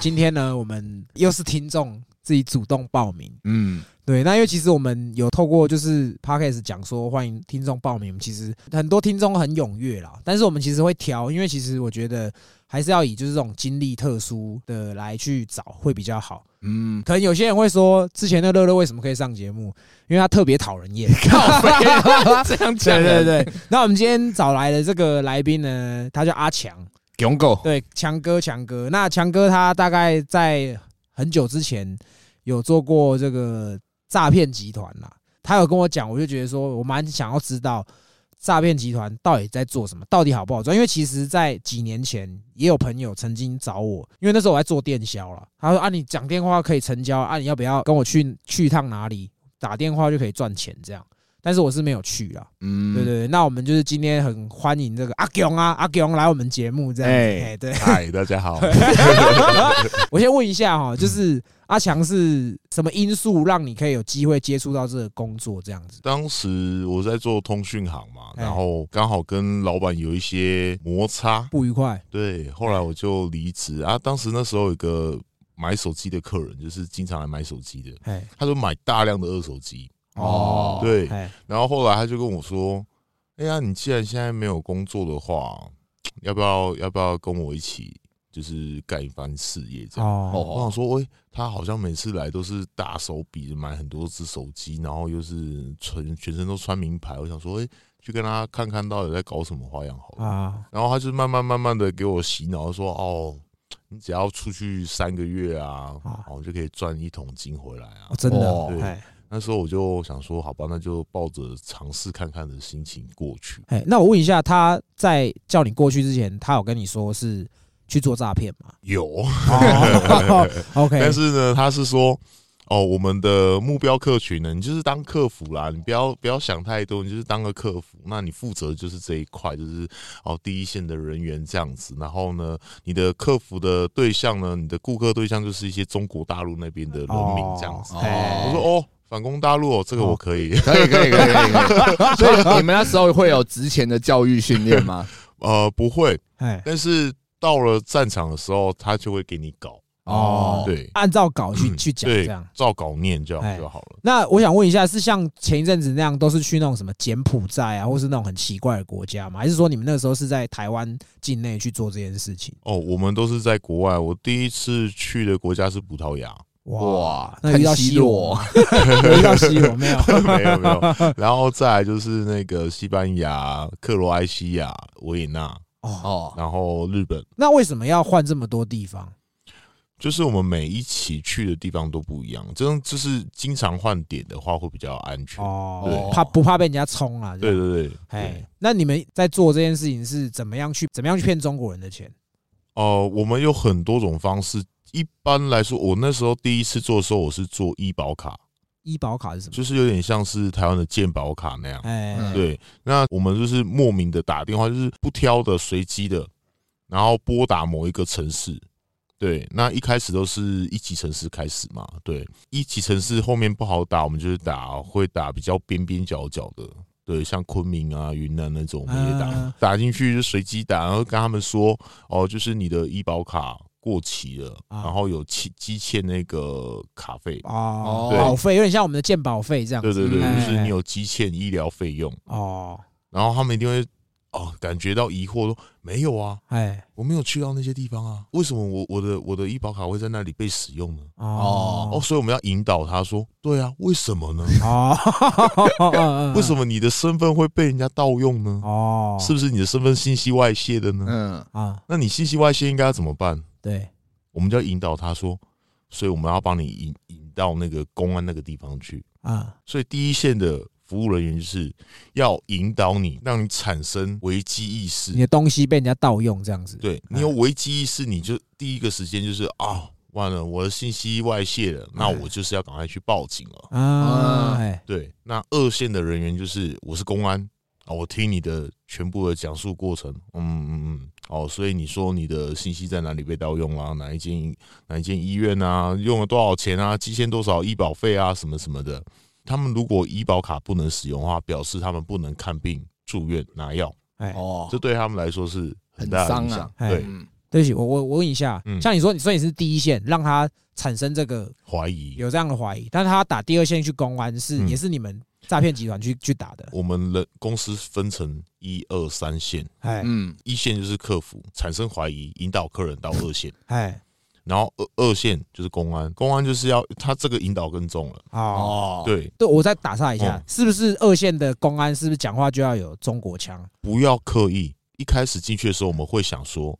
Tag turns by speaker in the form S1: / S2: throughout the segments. S1: 今天呢，我们又是听众自己主动报名，
S2: 嗯，
S1: 对，那因为其实我们有透过就是 podcast 讲说欢迎听众报名，我们其实很多听众很踊跃啦，但是我们其实会挑，因为其实我觉得还是要以就是这种经历特殊的来去找会比较好。
S2: 嗯，
S1: 可能有些人会说，之前的乐乐为什么可以上节目？因为他特别讨人 厌。
S2: 靠北，这样讲，
S1: 对对，对，那我们今天找来的这个来宾呢，他叫阿强，
S2: 囧狗，
S1: 对，强哥，强哥。那强哥他大概在很久之前有做过这个诈骗集团啦，他有跟我讲，我就觉得说我蛮想要知道诈骗集团到底在做什么，到底好不好做。因为其实，在几年前也有朋友曾经找我，因为那时候我在做电销啦，他说啊，你讲电话可以成交啊，你要不要跟我去去一趟哪里打电话就可以赚钱这样？但是我是没有去啦，
S2: 嗯，
S1: 对对，对，那我们就是今天很欢迎这个阿勇啊，阿勇来我们节目这样子。
S2: 哎
S1: 哎，对，
S2: 嗨，大家好，
S1: 我先问一下哈，就是阿强是什么因素让你可以有机会接触到这个工作这样子？
S3: 当时我在做通讯行嘛，
S1: 哎
S3: 然后刚好跟老板有一些摩擦，
S1: 不愉快，
S3: 对，后来我就离职啊。当时那时候有一个买手机的客人，就是经常来买手机的，
S1: 哎，
S3: 他就买大量的二手机，
S2: 哦
S3: 对
S1: 哎，
S3: 然后后来他就跟我说：“哎呀，你既然现在没有工作的话，要不要要不要跟我一起，就是干一番事业这样？”
S1: 哦，
S3: 我想说，喂、他好像每次来都是大手笔，买很多只手机，然后又是全全身都穿名牌。我想说，哎、去跟他看看到底在搞什么花样好了。
S1: 啊，
S3: 然后他就慢慢慢慢的给我洗脑，说，哦，你只要出去三个月啊，
S1: 啊
S3: 哦，就可以赚一桶金回来啊
S1: 哦。真的
S2: 哦，
S3: 对
S1: 哎
S3: 那时候我就想说，好吧，那就抱着尝试看看的心情过去。
S1: 哎，那我问一下，他在叫你过去之前，他有跟你说是去做诈骗吗？
S3: 有，
S1: 哦，OK，
S3: 但是呢，他是说，哦，我们的目标客群呢，你就是当客服啦，你不要不要想太多，你就是当个客服，那你负责就是这一块，就是哦第一线的人员这样子。然后呢，你的客服的对象呢，你的顾客对象就是一些中国大陆那边的人民这样子。
S1: 哦
S2: 哎
S3: 我说哦，反攻大陆哦，这个我可以。
S2: 可以可以可以可以可以， 所以你们那时候会有之前的教育训练吗？
S3: 呃，不会，
S1: 哎，
S3: 但是到了战场的时候，他就会给你搞，
S1: 哦，
S3: 对嗯
S1: 按照稿去去讲这
S3: 对
S1: 样。，
S3: 照稿念这
S1: 哎
S3: 样就好了。
S1: 那我想问一下，是像前一阵子那样，都是去那种什么柬埔寨啊，或是那种很奇怪的国家吗？还是说你们那个时候是在台湾境内去做这件事情？
S3: 哦，我们都是在国外。我第一次去的国家是葡萄牙，
S2: 哇，
S1: 那遇到
S2: 很奚
S1: 西罗
S2: 落，
S1: 吗，有遇到西罗 没有？
S3: 没有没有。然后再来就是那个西班牙、克罗埃西亚、维也纳，
S1: 哦，
S2: 哦，
S3: 然后日本，
S1: 那为什么要换这么多地方？
S3: 就是我们每一起去的地方都不一样。这样就是经常换点的话会比较安全。
S1: 哦，
S3: 对
S1: 怕不怕被人家冲啊？这
S3: 对
S1: 样，
S3: 对对，
S1: 哎
S3: 哎，，
S1: 那你们在做这件事情是怎么样去怎么样去骗中国人的钱？
S3: 哦，我们有很多种方式。一般来说，我那时候第一次做的时候，我是做医保卡，
S1: 医保卡是什么？
S3: 就是有点像是台湾的健保卡那样。
S1: 哎，
S2: 嗯
S3: 对，那我们就是莫名的打电话，就是不挑的、随机的，然后拨打某一个城市。对，那一开始都是一级城市开始嘛。对，一级城市后面不好打，我们就是打会打比较边边角角的。对，像昆明啊、云南那种，我们也打、
S1: 啊
S3: 打进去就随机打，然后跟他们说，哦，就是你的医保卡过期了，
S1: 啊
S3: 然后有欠积欠那个卡费。
S1: 哦，
S3: 对
S1: 保费有点像我们的健保费这样
S3: 对
S1: 子。
S3: 对对，
S1: 嗯
S3: 就是你有积欠医疗费用。
S1: 哦，
S3: 然后他们一定会哦感觉到疑惑说没有啊，
S1: 哎，
S3: 我没有去到那些地方啊，为什么我我的我的医保卡会在那里被使用呢？哦，
S1: 哦，
S3: 所以我们要引导他说，对啊，为什么呢？
S1: 哦
S3: 为什么你的身份会被人家盗用呢？
S1: 哦，
S3: 是不是你的身份信息外泄的呢？
S2: 嗯，
S1: 啊，
S3: 那你信息外泄应该要怎么办？
S1: 对，
S3: 我们就要引导他说，所以我们要帮你引引到那个公安那个地方去。
S1: 啊，
S3: 所以第一线的服务人员就是要引导你，让你产生危机意识
S1: 你。的东西被人家盗用这样子。
S3: 对
S1: 哎
S2: 嗯
S3: 你有危机意识，你就第一个时间就是啊，完了，我的信息外泄
S2: 嗯
S3: 了，那我就是要赶快去报警了。
S1: 啊，
S2: 啊
S1: 哎，
S3: 对，那二线的人员就是我是公安啊，我听你的全部的讲述过程，嗯嗯嗯，哦，所以你说你的信息在哪里被盗用啦、哪一间哪一间医院啊，用了多少钱啊，积欠多少医保费啊，什么什么的。他们如果医保卡不能使用的话，表示他们不能看病、住院、拿药，
S1: 哎，
S2: 哦
S3: 这，对他们来说是很大
S2: 很
S3: 的
S2: 伤
S3: 影
S2: 啊
S3: 响。
S1: 哎
S3: 对，
S2: 嗯
S1: 对不起，我我我问一下，
S3: 嗯
S1: 像你说，你说你是第一线，让他产生这个
S3: 怀疑。
S1: 有这样的怀疑，但是他打第二线去公安是、
S3: 嗯
S1: 也是你们诈骗集团去去打的，
S3: 我们人公司分成一二三线，
S1: 哎
S2: 嗯，
S3: 一线就是客服产生怀疑，引导客人到二线，
S1: 哎，
S3: 然后二二线就是公安，公安就是要他这个引导更重了，
S1: 哦，
S2: 哦，，
S3: 对，
S1: 对，我再打岔一下
S3: 嗯，
S1: 是不是二线的公安是不是讲话就要有中国
S2: 哎
S1: 腔？
S3: 不要刻意。一开始进去的时候，我们会想说，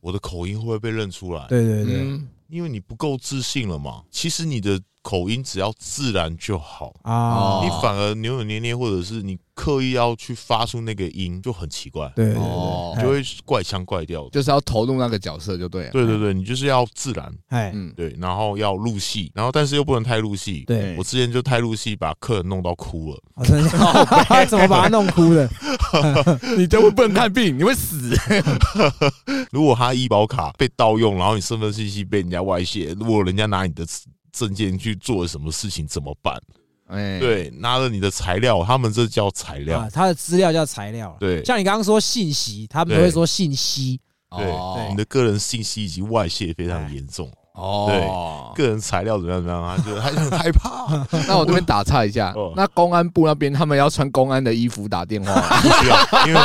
S3: 我的口音会不会被认出来？
S1: 对对对，
S2: 嗯，
S3: 因为你不够自信了嘛。其实你的口音只要自然就好，
S1: 啊，
S2: 哦
S3: 你反而扭扭捏捏，或者是你刻意要去发出那个音，就很奇怪，
S1: 对对哎
S2: 哦
S1: 对，
S3: 就会怪腔怪调的。
S2: 就是要投入那个角色就对了，
S3: 对对对，你就是要自然，
S1: 哎，
S2: 嗯，
S3: 对，然后要入戏，然后但是又不能太入戏。
S1: 对，
S3: 我之前就太入戏，把客人弄到哭了。
S1: 我哦真的 怎么把他弄哭的？
S2: 你这会不能看病，你会死。
S3: 如果他医保卡被盗用，然后你身份信息被人家外泄，如果人家拿你的证件去做什么事情怎么办？
S2: 哎，，
S3: 对，拿了你的材料，他们这叫材料
S1: 啊，。他的资料叫材料啦，
S3: 对
S1: 像你刚刚说信息，他们都
S3: 对
S1: 会说信息，
S3: 对
S2: 哦
S3: 你的个人信息已经外泄非常严重，
S2: 哦，
S3: 个人材料怎么样怎么样，他就他就很害怕，啊
S2: 那我这边打岔一下
S3: 哦，
S2: 那公安部那边他们要穿公安的衣服打电 话，
S3: 不需要，因为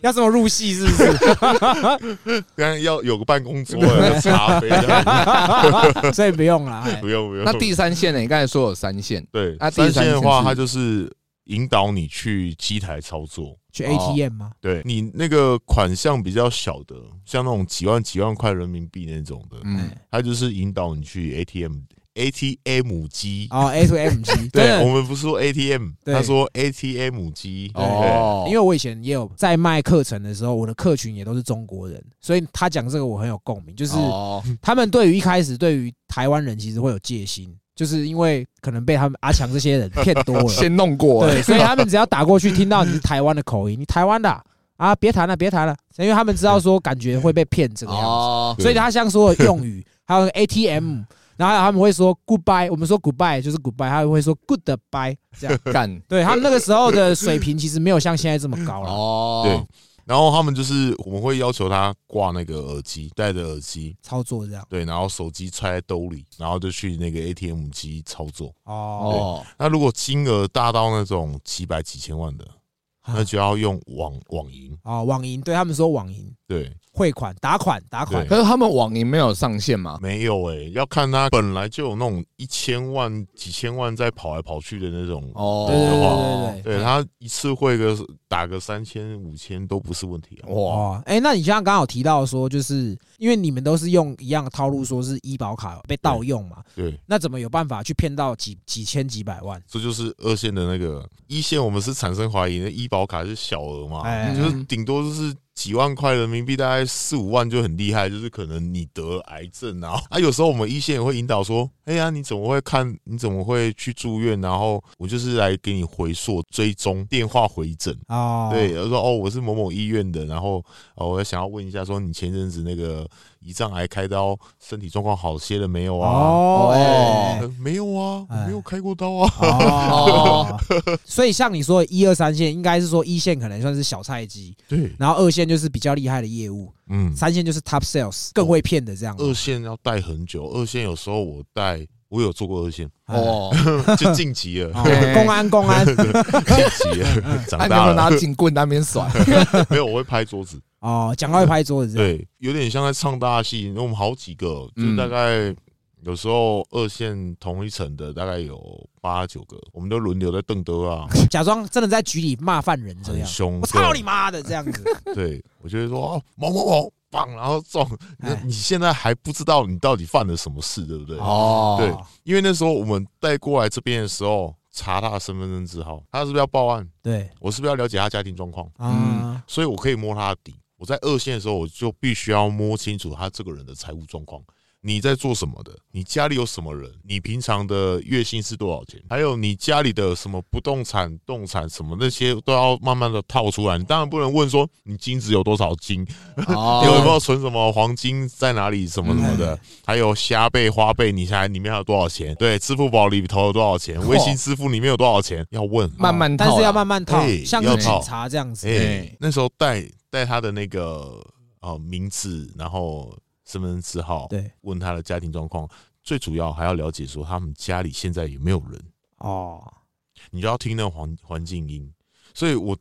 S1: 要这么入戏是不是？
S3: 刚刚要有个办公桌，有个茶杯这样，
S1: 所以不用啦，哎
S3: 不用不用。
S2: 那第三线呢？你刚才说有三线，
S3: 对
S2: 啊那第
S3: 三线的
S2: 三线
S3: 话，
S2: 是
S3: 它就是引导你去机台操作。
S1: 去
S2: 哦
S1: ATM 吗？
S3: 对你那个款项比较小的，像那种几万几万块人民币那种的，
S2: 嗯，
S3: 它就是引导你去 ATM ATM 机。
S2: 啊
S1: 哦，A to M 机，真
S3: 对，哦
S1: 的
S3: 我们不是说 ATM，
S1: 对
S3: 他说 ATM 机。
S1: 对
S3: 对
S2: 哦，
S1: 因为我以前也有在卖课程的时候，我的客群也都是中国人，所以他讲这个我很有共鸣，就是
S2: 哦
S1: 他们对于一开始对于台湾人其实会有戒心，就是因为可能被他们阿强这些人骗多 了，
S2: 先弄过，
S1: 对，所以他们只要打过去，听到你是台湾的口音，你台湾的啊啊，别谈了，别谈了，因为他们知道说感觉会被骗这个样子，
S2: 哦，
S1: 所以他像说的用语，还有 ATM。然后还有他们会说 goodbye，我们说 goodbye 就是 goodbye，他们会说 goodbye 这样。
S2: 干
S1: 对他们那个时候的水平其实没有像现在这么高了，
S2: 哦
S3: 对，然后他们就是我们会要求他挂那个耳机，戴着耳机，
S1: 操作这样。
S3: 对，然后手机揣在兜里，然后就去那个 ATM 机操作。
S1: 哦，
S2: 哦，
S3: 那如果金额大到那种几百几千万的，
S1: 啊
S3: 那就要用网网银，
S1: 哦，网银对他们说网银
S3: 对，
S1: 汇款打款打款
S3: 对
S2: 可是他们网银没有上线
S1: 啊
S2: 嘛？
S3: 没有哎、要看他本来就有那种一千万、几千万在跑来跑去的那种，
S2: 哦，
S1: 对对对对对
S3: 对他一次汇个打个三千、五千都不是问题啊。
S2: 哇，
S1: 哦，哎，那你像刚好提到说，就是因为你们都是用一样的套路，说是医保卡被盗用嘛，
S3: 对，
S1: 那怎么有办法去骗到几几千几百万？
S3: 这就是二线的那个，一线我们是产生怀疑，那医保卡是小额嘛，
S1: 哎
S3: 就是顶多就是几万块人民币，大概四五万就很厉害，就是可能你得癌症啊， 啊，有时候我们一线也会引导说，哎呀，你怎么会看，你怎么会去住院，然后我就是来给你回溯追踪电话回诊。
S1: 哦，
S3: 对，他说哦，我是某某医院的，然后哦，我想要问一下，说你前阵子那个胰脏癌开刀，身体状况好些了没有啊？
S1: 哦，
S2: 哎
S3: 呃没有啊，我
S1: 哎
S3: 没有开过刀啊。
S1: 哦，所以像你说的一二三线，应该是说一线可能算是小菜鸡，
S3: 对，
S1: 然后二线就是比较厉害的业务，
S3: 嗯，
S1: 三线就是 top sales 更会骗的这样。
S3: 二线要带很久，二线有时候我带，我有做过二线，
S1: 哎，
S2: 哦，
S3: 就晋级了，
S1: 哦公安公安
S3: 晋级了，
S2: 那
S3: 长
S2: 哎你有没
S3: 大
S2: 有拿
S3: 了，
S2: 警棍在那边甩？
S3: 没有，我会拍桌子，
S1: 哦，讲到会拍桌子这样，
S3: 对，有点像在唱大戏，因为我们好几个，就
S2: 嗯
S3: 大概。有时候二线同一层的大概有八九个，我们都轮流在瞪德啊，
S1: 假装真的在局里骂犯人这
S3: 很
S1: 样，
S3: 凶。
S1: 我操你妈的这样 子，
S3: 对！对我就会说哦某某某棒，然后撞。那
S1: 哎
S3: 你现在还不知道你到底犯了什么事，对不对？
S2: 哦，
S3: 对因为那时候我们带过来这边的时候，查他的身份证字号，他是不是要报案？
S1: 对
S3: 我是不是要了解他家庭状况？
S1: 啊，
S3: 所以我可以摸他的底。我在二线的时候，我就必须要摸清楚他这个人的财务状况。你在做什么的？你家里有什么人？你平常的月薪是多少钱？还有你家里的什么不动产、动产什么那些都要慢慢的套出来。你当然不能问说你金子有多少金，
S2: 哦，
S3: 有没有存什么黄金在哪里什么什么的，还有虾贝、花贝，你现在里面还有多少钱？对，支付宝里头有多少钱？微信支付里面有多少钱？要问。
S1: 哦
S2: 慢慢套啦，
S1: 但是要慢慢套，
S3: 哎
S1: 像
S3: 要
S1: 是
S3: 套
S1: 警察这样子
S3: 哎、，那时候带带他的那个哦名字，然后身份证字号，
S1: 对，
S3: 问他的家庭状况，最主要还要了解说他们家里现在有没有人，
S1: 哦，
S3: 你就要听那个环环境音。所以我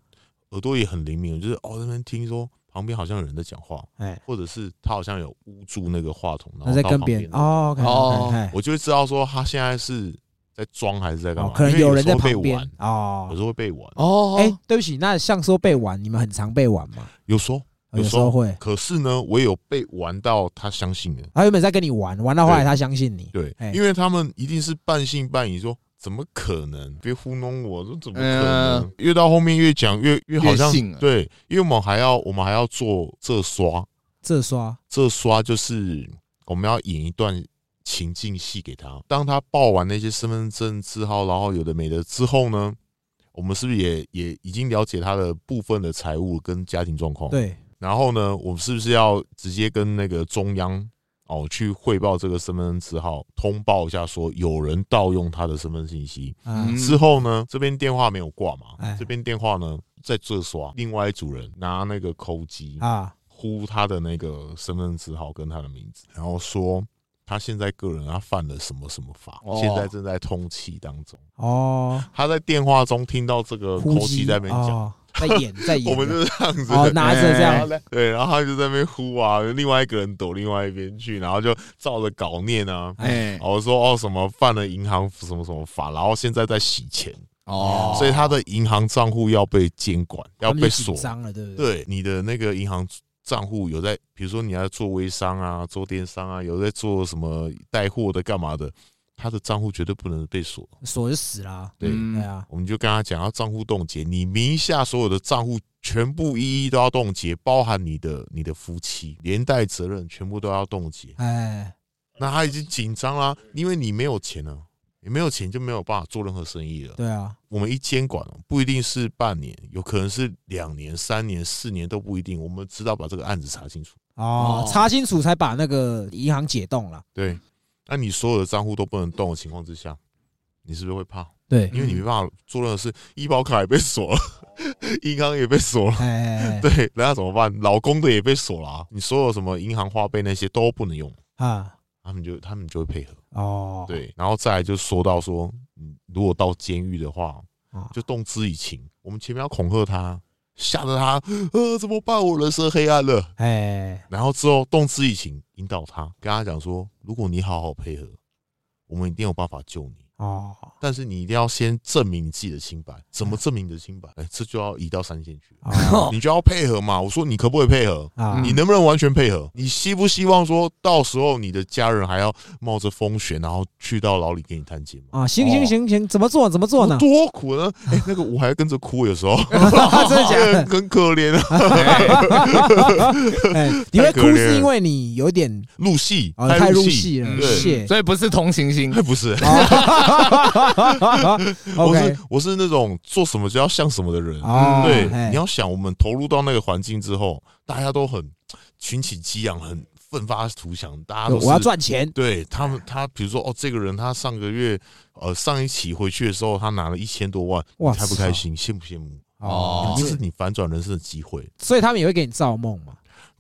S3: 耳朵也很灵敏，我就是哦那边听说旁边好像有人在讲话，
S1: 哎，
S3: 或者是他好像有捂住那个话筒，然
S1: 那
S3: 后
S1: 在
S3: 到
S1: 跟
S3: 旁
S1: 别
S3: 边
S1: 人
S3: 的
S1: 哦，OK，
S2: 哦
S1: OK，OK
S3: 我就会知道说他现在是在装还是在干
S1: 哦
S3: 嘛，，
S1: 可能
S3: 因为有
S1: 人
S3: 时
S1: 在
S3: 候被
S1: 旁
S3: 玩
S1: 边，哦
S3: 有。时候会被玩，
S2: 哦，
S1: 哎、对不起，那像说被玩，你们很常被玩吗？
S3: 有时候。
S1: 哦
S3: 有
S1: 有
S3: 时
S1: 时候
S3: 候
S1: 会，
S3: 可是呢，我也有被玩到他相信了。
S1: 他原本在跟你玩，玩到后来他相信你，
S3: 对
S1: 哎，
S3: 因为他们一定是半信半疑说。怎么可能？别糊弄我！这怎么可能？
S2: 嗯
S3: 越到后面越讲越越好像
S2: 越信了
S3: 对，因为我们还要我们还要做这刷，
S1: 这刷
S3: 这刷就是我们要演一段情境戏给他。当他报完那些身份证字号，然后有的没的之后呢，我们是不是也也已经了解他的部分的财务跟家庭状况？
S1: 对
S3: 然后呢，我们是不是要直接跟那个中央哦去汇报这个身份证字号，通报一下说有人盗用他的身份信息？
S1: 啊、
S2: 嗯
S3: 之后呢，这边电话没有挂嘛
S1: 哎，
S3: 这边电话呢在这刷，另外一组人拿那个扣机
S1: 啊，
S3: 呼他的那个身份证字号跟他的名字，然后说他现在个人他犯了什么什么法，
S2: 哦
S3: 现在正在通缉当中。
S1: 哦，
S3: 他在电话中听到这个
S1: 呼
S3: 扣
S1: 吸
S3: 机在那边讲，
S1: 哦，在 演，在演，
S3: 我们就是这样子
S1: 哦，拿着这
S3: 然
S1: 样
S3: 后，呢，对，然后他就在那边呼啊，另外一个人躲另外一边去，然后就照着稿念啊。
S2: 哎
S3: 然后说哦什么犯了银行什么什么法，然后现在在洗钱，
S2: 哦，
S3: 所以他的银行账户要被监管，要
S1: 他们就
S3: 被
S1: 紧
S3: 锁。
S1: 张了，对不对？
S3: 对，你的那个银行账户有在，比如说你要做微商啊，做电商啊，有在做什么带货的干嘛的，他的账户绝对不能被锁。
S1: 锁就死啦、
S3: 对，
S2: 嗯
S1: 对啊，
S3: 我们就跟他讲要账户冻结，你名下所有的账户全部一一都要冻结，包含你的你的夫妻，连带责任全部都要冻结。
S1: 哎，
S3: 那他已经紧张啦，因为你没有钱了，你没有钱就没有办法做任何生意了。
S1: 对啊，
S3: 我们一监管哦不一定是半年，有可能是两年、三年、四年都不一定。我们知道把这个案子查清楚。
S1: 哦，
S2: 哦
S1: 查清楚才把那个银行解冻了，
S3: 对，那你所有的账户都不能动的情况之下，你是不是会怕？
S1: 对，
S3: 因为你没办法做任何事， 医保卡也被锁了， 银行也被锁了。
S1: 哎哎，哎
S3: 对，那怎么办？老公的也被锁了啊、你所有什么银行花呗那些都不能用，
S1: 啊，
S3: 他们就他们就会配合。
S1: 哦，
S3: 对，然后再来就说到说，嗯如果到监狱的话
S1: 啊，
S3: 就动之以情。我们前面要恐吓他，吓得他，呃，怎么办？我人生黑暗了。
S1: 哎，
S3: 然后之后动之以情，引导他，跟他讲说，如果你好好配合，我们一定有办法救你。
S1: 哦，
S3: 但是你一定要先证明你自己的清白。怎么证明你的清白？哎、这就要移到三线去，
S1: 哦
S3: 你就要配合嘛。我说你可不可以配合？
S1: 啊，
S3: 你能不能完全配合？你希不希望说到时候你的家人还要冒着风雪，然后去到牢里给你探监吗？
S1: 啊，行行行行，怎么做怎么 做呢？
S3: 多苦呢！哎、那个我还跟着哭，有 时候啊
S1: 真的假 的？
S3: 很可怜啊。
S1: 哎，你会
S3: 太可
S1: 哭
S3: 怜
S1: 是因为你有 点
S3: 入戏，
S1: 啊太入
S3: 入
S1: 戏了，
S2: 嗯
S3: 对，
S1: 谢。
S2: 所以不是同情心
S3: 哎，不是，我
S1: 啊 OK，
S3: 是我是那种做什么就要像什么的人。
S1: 哦，
S3: 对
S1: 嘿，
S3: 你要想，我们投入到那个环境之后，大家都很群起激昂，很奋发图强，大家
S1: 就
S3: 都是
S1: 我要。赚钱，
S3: 对他们，他比如说哦，这个人他上个月呃上一期回去的时候，他拿了一千多万，你
S1: 哇
S3: 开不
S1: 操
S3: 开心？羡不羡慕？
S1: 哦
S2: 哦，
S3: 这是你反转人生的机会。
S1: 所以他们也会给你造梦嘛。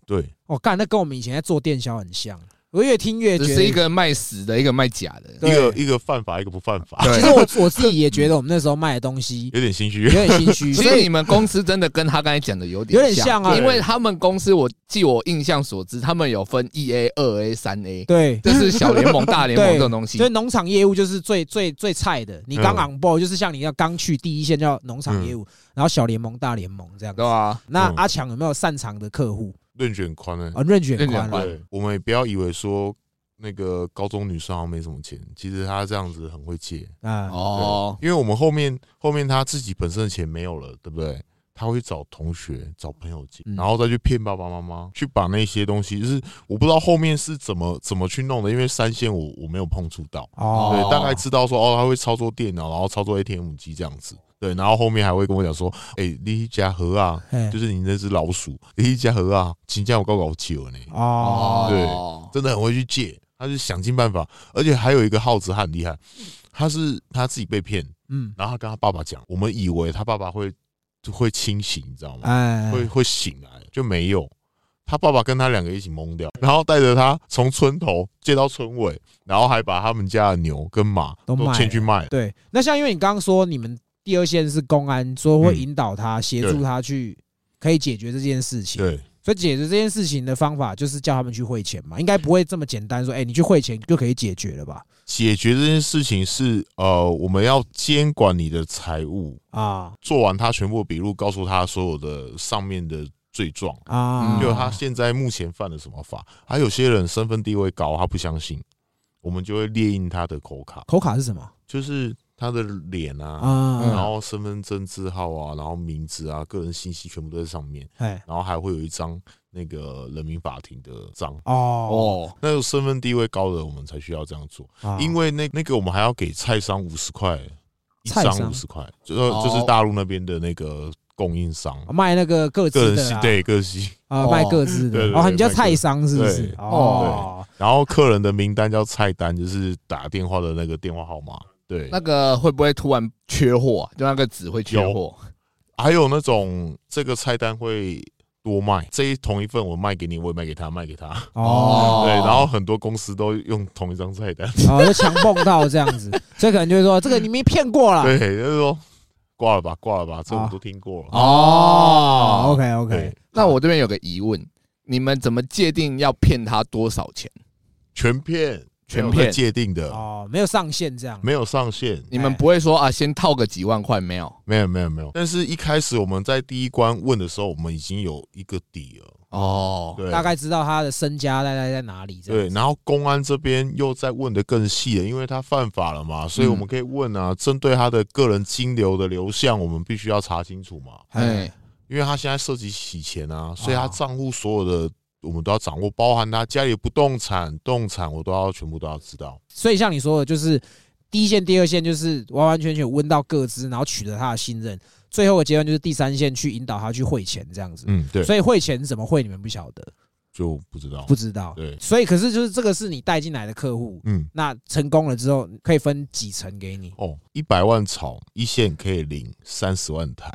S3: 对，
S1: 我干，那跟我们以前在做电销很像，我越听越
S2: 只
S1: 觉
S2: 是一
S1: 得。
S2: 个卖死的，一个卖假的。
S1: 对
S3: 一个一个犯法，一个不犯法，
S1: 其实我我自己也觉得我们那时候卖的东西
S3: 有点心虚
S1: 有。点心虚，
S2: 其
S1: 所
S2: 实
S1: 以
S2: 你们公司真的跟他刚才讲的有点
S1: 有点像啊
S2: 因为他们公司我据我印象所知，他们有分一 A、二 A、三 A，
S1: 对。
S2: 这是小联 盟、大联盟
S1: 对
S2: 这种东西
S1: 所以。农场业务就是最最最菜的，你刚
S3: 嗯
S1: on board 就是像你要刚去第一线叫农场业务，然后小联盟、大联盟这样
S2: 对。啊，
S1: 那
S3: 嗯
S1: 阿强有没有擅长的客户
S3: 论卷宽呢？
S1: 啊？润卷
S2: 润
S1: 宽
S2: 卷
S1: 了
S2: 宽
S3: 对，我们也不要以为说那个高中女生好像没什么钱，其实她这样子很会借。
S1: 啊，
S2: 哦，
S3: 因为我们后面后面他自己本身的钱没有了，对不对？他会找同学、找朋友借，
S1: 嗯
S3: 然后再去骗爸爸妈妈，去把那些东西，就是我不知道后面是怎么怎么去弄的，因为三线我我没有碰触到，
S1: 哦，
S3: 对，大概知道说哦，他会操作电脑，然后操作 ATM 机这样子，对，然后后面还会跟我讲说，哎、你家河啊，
S1: 嘿
S3: 就是你那只老鼠，你家河啊，请叫我搞搞酒呢，
S1: 哦，
S2: 对，
S3: 真的很会去借，他是想尽办法，而且还有一个耗子他很厉害，他是他自己被骗，
S1: 嗯，
S3: 然后他跟他爸爸讲，我们以为他爸爸会就会清醒，你知道吗？
S1: 哎，
S3: 会会醒来，就没有。他爸爸跟他两个一起懵掉，然后带着他从村头借到村尾，然后还把他们家的牛跟马
S1: 都
S3: 都
S1: 卖
S3: 牵去卖。
S1: 对，那像因为你刚刚说你们第二线是公安，说会引导他、协助
S3: 对
S1: 他去可以解决这件事情。
S3: 对，
S1: 所以解决这件事情的方法就是叫他们去汇钱嘛，应该不会这么简单说，哎、你去汇钱就可以解决了吧？
S3: 解决这件事情是呃，我们要监管你的财务，
S1: 啊
S3: 做完他全部的笔录，告诉他所有的上面的罪状，
S1: 啊，
S3: 嗯就他现在目前犯了什么法。还有些人身份地位高，他不相信，我们就会列印他的口卡，
S1: 口卡是什么
S3: 就是他的脸啊，
S1: 啊？
S3: 然后身份证字号啊，然后名字啊，个人信息全部都在上面，
S1: 哎、
S3: 然后还会有一张那个人民法庭的章。
S1: 哦，
S2: 哦，
S3: 那个身份地位高的，我们才需要这样做，
S1: 啊
S3: 因为那那个我们还要给菜商五十块，一
S1: 菜商哦
S3: 张五十块，就就是大陆那边的那个供应商，
S1: 啊卖那个各
S3: 个
S1: 自
S3: 人
S1: 的
S3: 信
S1: 啦
S3: 对个人信，
S1: 啊，
S2: 哦
S1: 卖各自
S3: 对
S1: 的
S3: 对
S1: 哦，
S3: 对
S1: 你叫
S3: 卖各
S1: 菜商是不
S3: 对
S1: 是？
S3: 对
S1: 哦，
S3: 然后客人的名单叫菜单，就是打电话的那个电话号码。对，
S2: 那个会不会突然缺货啊？就那个纸会缺货
S3: 还有那种这个菜单会多卖，这一同一份我卖给你，我也卖给他，卖给他。
S1: 哦，
S3: 对，然后很多公司都用同一张菜单。
S1: 哦，就强蹦到这样子， 所以可能就会说这个你没骗过啦。
S3: 对，就是说挂了吧，挂了吧，这我
S1: 啊
S3: 都听过了。
S1: 哦
S2: 哦。
S1: ，OK
S3: 对
S1: OK，，
S2: 那我这边有个疑问，你们怎么界定要骗他多少钱？
S3: 全片
S2: 全
S3: 没有在
S2: 骗？
S3: 界定的，
S1: 哦，没有上限这样，
S3: 没有上限，
S2: 你
S1: 哎
S2: 们不会说啊，先套个几万块没有？
S3: 没有没有没有。但是一开始我们在第一关问的时候，我们已经有一个底了。
S2: 哦，
S3: 对，
S1: 大概知道他的身家大概在哪里这
S3: 对，
S1: 样子。
S3: 然后公安这边又在问的更细了，因为他犯法了嘛，所以我们可以问啊，针对他的个人金流的流向，我们必须要查清楚嘛，
S1: 哎，
S2: 哎，
S3: 因为他现在涉及洗钱啊，所以他账户所有的我们都要掌握，包含他家里的不动产、动产，我都要全部都要知道。
S1: 所以像你说的，就是第一线、第二线，就是完完全全问到各自，然后取得他的信任。最后的阶段就是第三线去引导他去汇钱这样子。
S3: 嗯，对，
S1: 所以汇钱怎么汇，你们不晓得，
S3: 就不知道
S1: 不。知道。
S3: 对
S1: 所以可是就是这个是你带进来的客户，
S3: 嗯，
S1: 那成功了之后可以分几成给你
S3: 哦，一百万炒一线可以领三十万台，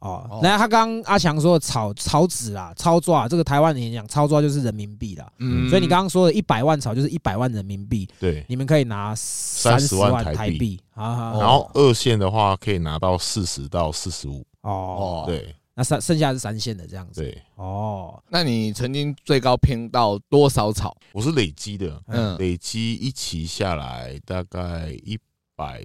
S1: 哦
S2: 哦。
S1: 那他刚刚阿强说的炒炒纸啦，操作啊，这个台湾人讲操作就是人民币啦。
S2: 嗯
S1: 所以你刚刚说的一百万炒就是一百万人民币，
S3: 对。
S1: 你们可以拿三十万台币啊。
S2: 哦
S3: 然后二线的话可以拿到四十到四十五，
S1: 哦，
S2: 哦，
S3: 对
S1: 那三剩下是三线的这样子。
S3: 对，
S1: 哦，
S2: 那你曾经最高骗到多少草？
S3: 我是累积的，
S1: 嗯
S2: 嗯，
S3: 累积一期下来大概一百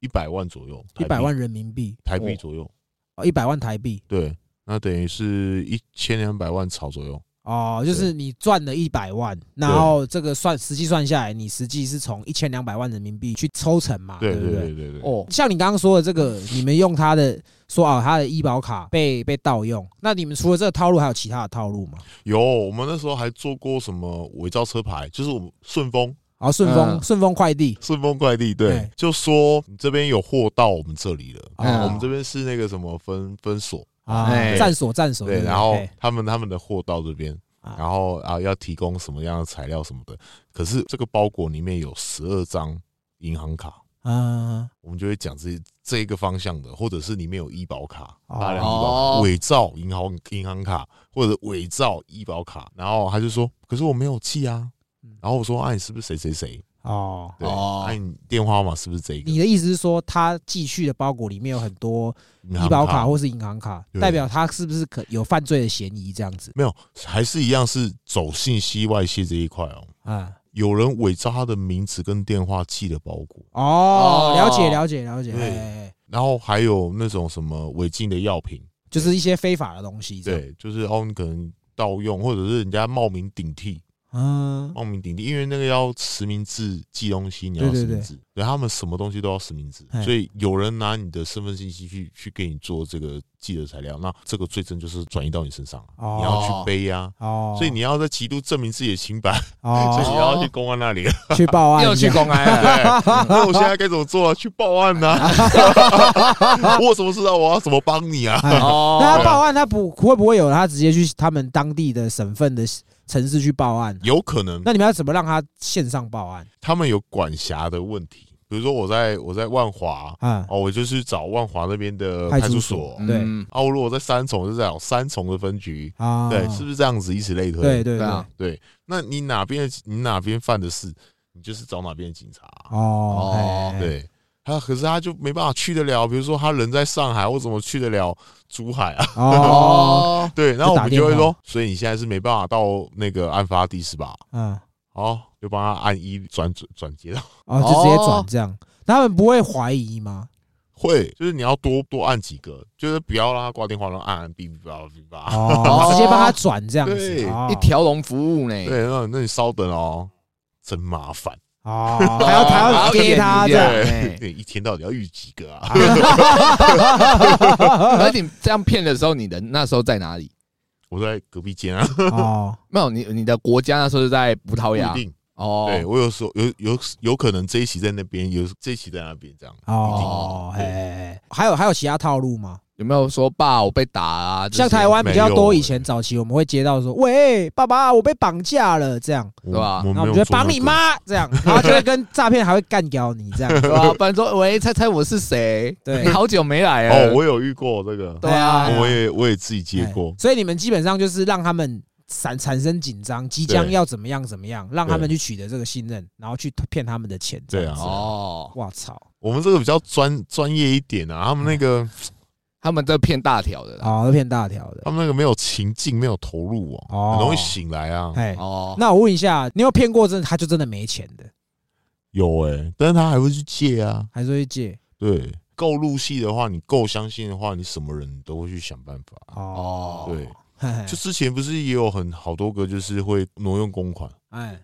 S3: 一百万左右，
S1: 一百万人民币，
S3: 台币台币左右，
S1: 哦，一百万台币。
S3: 对，那等于是一千两百万炒左右，
S1: 哦，就是你赚了一百万，然后这个算实际算下来，你实际是从一千两百万人民币去抽成嘛，
S3: 对
S1: 不
S3: 对对对对，
S2: 哦，
S1: 像你刚刚说的这个，你们用他的说啊，他的医保卡被被盗用，那你们除了这个套路，还有其他的套路吗？
S3: 有我们那时候还做过什么伪造车牌，就是我们顺丰
S1: 啊，顺丰
S2: 嗯
S1: 顺丰快递，
S3: 顺丰快递，对
S1: 哎，
S3: 就说你这边有货到我们这里了，
S2: 嗯
S1: 哦
S3: 我们这边是那个什么分分所，
S1: 啊
S2: 哎
S1: 站所站所，
S3: 对，
S1: 不
S3: 然后
S1: 哎
S3: 他们他们的货到这边。
S1: 啊
S3: 然后啊，要提供什么样的材料什么的，可是这个包裹里面有十二张银行卡，
S1: 嗯，
S3: 我们就会讲这这一个方向的，或者是里面有医保卡，
S1: 哦
S3: 大量医保
S2: 哦
S3: 卡伪造银行银行卡或者伪造医保卡，然后他就说，可是我没有寄啊
S1: 嗯，
S3: 然后我说啊，你是不是谁谁谁？
S1: 哦，
S3: 对，
S2: 哦
S3: 那你电话号码是不是这个？
S1: 你的意思是说，他寄去的包裹里面有很多
S3: 银
S1: 医
S3: 行
S1: 保卡或是银行卡，
S3: 对
S1: 代表他是不是可有犯罪的嫌疑这样子
S3: 没有，还是一样是走信息外泄这一块哦。
S1: 啊？
S3: 有人伪造他的名字跟电话寄的包裹，
S1: 哦，
S2: 哦
S1: 了解了解了解，
S3: 对
S1: 哎，
S3: 然后还有那种什么违禁的药品，
S1: 就是一些非法的东西，，
S3: 对，就是哦，你可能盗用，或者是人家冒名顶替，
S1: 嗯，
S3: 冒名顶替，因为那个要实名制寄东西，你要
S1: 对对哎
S3: 实名制，对他们什么东西都要实名制
S1: 嘿，
S3: 所以有人拿你的身份信息去去给你做这个寄的材料，那这个罪证就是转移到你身上，
S1: 哦
S3: 你要去背呀、
S1: 哦，
S3: 所以你要在极度证明自己的清白， 所
S1: 哦
S3: 以你要去公安那里。
S1: 去报案，
S2: 又去公安了。
S3: 那我现在该怎么做、啊？去报案呐、我有什么事啊？我要怎么帮你啊？
S1: 哎
S2: 哦
S1: 那他报案，他不会不会有他直接去他们当地的省份的城市去报案？
S3: 有可能
S1: 那你们要怎么让他线上报案？
S3: 他们有管辖的问题，比比如说我在我在万华，
S1: 啊，
S3: 哦，我就去找万华那边的
S1: 派
S3: 派
S1: 出
S3: 出
S1: 所
S3: 所。
S1: 对
S2: 嗯
S3: 哦，如果我在三重，就在找三重的分局。
S1: 啊，
S3: 对，是不是这样子？以此类推。
S1: 对对
S2: 对
S1: 对，
S2: 啊
S3: 对，那你哪边的你哪边犯的事，你就是找哪边的警察啊、
S1: 哦
S2: 哦，
S1: 嘿，
S3: 对，他可是他就没办法去得了，比如说他人在上海，我怎么去得了珠海啊？
S1: 哦，，
S3: 对，然后我们就会
S1: 就打电
S3: 说，所以你现在是没办法到那个案发地是吧？
S1: 嗯，
S3: 哦，就帮他按一转转转接到。
S1: 哦，就直接转
S2: 哦
S1: 这样，那他们不会怀疑吗？
S3: 会，就是你要多多按几个，就是不要让他挂电话，然后按按哔哔吧哔吧。
S1: 哦，直接帮他转这样子
S3: 对，
S1: 哦
S2: 一条龙服务呢。
S3: 对，那那你稍等哦，真麻烦。
S1: 哦，还要还 要接他这
S2: 对
S1: 样，
S2: 哎
S3: 对，一天到底要遇几个啊？
S2: 而且你这样骗的时候，你人那时候在哪里？
S3: 我在隔壁间啊，
S1: 哦，
S2: 没有，你你的国家那时候是在葡萄
S3: 不一
S2: 牙
S3: 定。
S2: 哦。
S3: 对我有时候有有有可能这一期在那边，有这一期在那边这样。
S1: 哦，
S3: 一定对
S1: 哎，还有还有其他套路吗？
S2: 有没有说爸我被打啊？这些
S1: 像台湾比较
S3: 没有欸
S1: 多，以前早期我们会接到说，喂，爸爸，我被绑架了，这样，
S3: 对
S2: 对吧
S1: 然后我们就会绑你？妈，这样，然后就会跟诈骗还会干掉你这样，
S2: 对吧？哦不然说喂，猜猜我是谁？
S1: 对
S2: 你好久没来
S3: 哦
S2: 了。，
S3: 我有遇过这个，
S2: 对啊
S1: 哎呀
S3: 我也我也自己接
S1: 哎
S3: 过。
S1: 所以你们基本上就是让他们产产生紧张，即将
S3: 对
S1: 要怎么样怎么样，让他们去取得这个信任，然后去骗他们的钱。
S3: 对啊
S2: 哦，
S1: 我操！
S3: 我们这个比较专专业一点啊，他们那个
S2: 他们这骗大条的啦。
S1: 哦，骗大条的
S3: 他。们那个没有情境，没有投入
S1: 哦
S3: 哦，很容易醒来啊。
S1: 哎，
S2: 哦，
S1: 那我问一下，你有骗过真的他就真的没钱的，
S3: 有哎，但是他还会去借啊。
S1: 还说去借？
S3: 对，够入戏的话，你够相信的话，你什么人都会去想办法。
S1: 哦，
S2: 哦，
S3: 对，
S1: 嘿嘿
S3: 就之前不是也有很好多个，就是会挪用公款，
S1: 哎，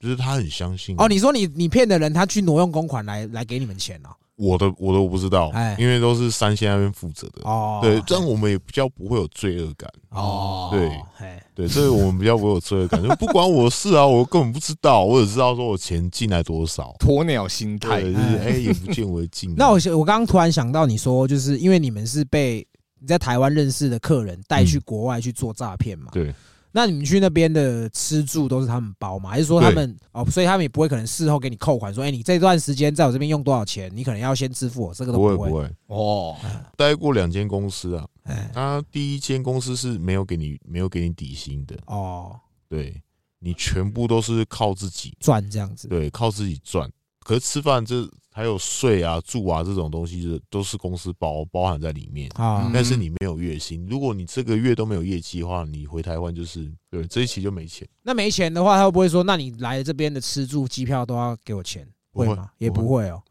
S3: 就是他很相信
S1: 哦，你说你你骗的人，他去挪用公款来来给你们钱哦。
S3: 我的我的我不知道
S1: 哎，
S3: 因为都是山西那边负责的。
S1: 哦，
S3: 对，这样我们也比较不会有罪恶感。
S1: 哦，
S3: 对
S1: 嘿，
S3: 对，所以我们比较不会有罪恶感，就 不管我的事啊，我根本不知道，我只知道说我钱进来多少，
S2: 鸵鸟心态
S3: 对，就是哎眼不见为净。
S1: 那我我刚刚突然想到，你说就是因为你们是被你在台湾认识的客人带去国外去做诈骗嘛？
S3: 对。
S1: 那你们去那边的吃住都是他们包吗？还是说他们哦，所以他们也不会可能事后给你扣款，说哎，你这段时间在我这边用多少钱，你可能要先支付我，这个都
S3: 不会
S1: 会
S3: 不。会，
S2: 哦，
S3: 待过两间公司啊，
S1: 哎
S3: 他第一间公司是没有给你没有给你底薪的，
S1: 哦，
S3: 对你全部都是靠自己，
S1: 赚这样子。
S3: 对，靠自己赚。可是吃饭这还有睡啊、住啊这种东西，就都是公司包包含在里面。
S1: 啊
S2: 嗯
S3: 但是你没有月薪，如果你这个月都没有业绩的话，你回台湾就是对这一期就没钱，
S1: 那没钱的话，他会不会说，那你来这边的吃住、机票都要给我钱？
S3: 不会
S1: 吗？也
S3: 不会
S1: 不会哦。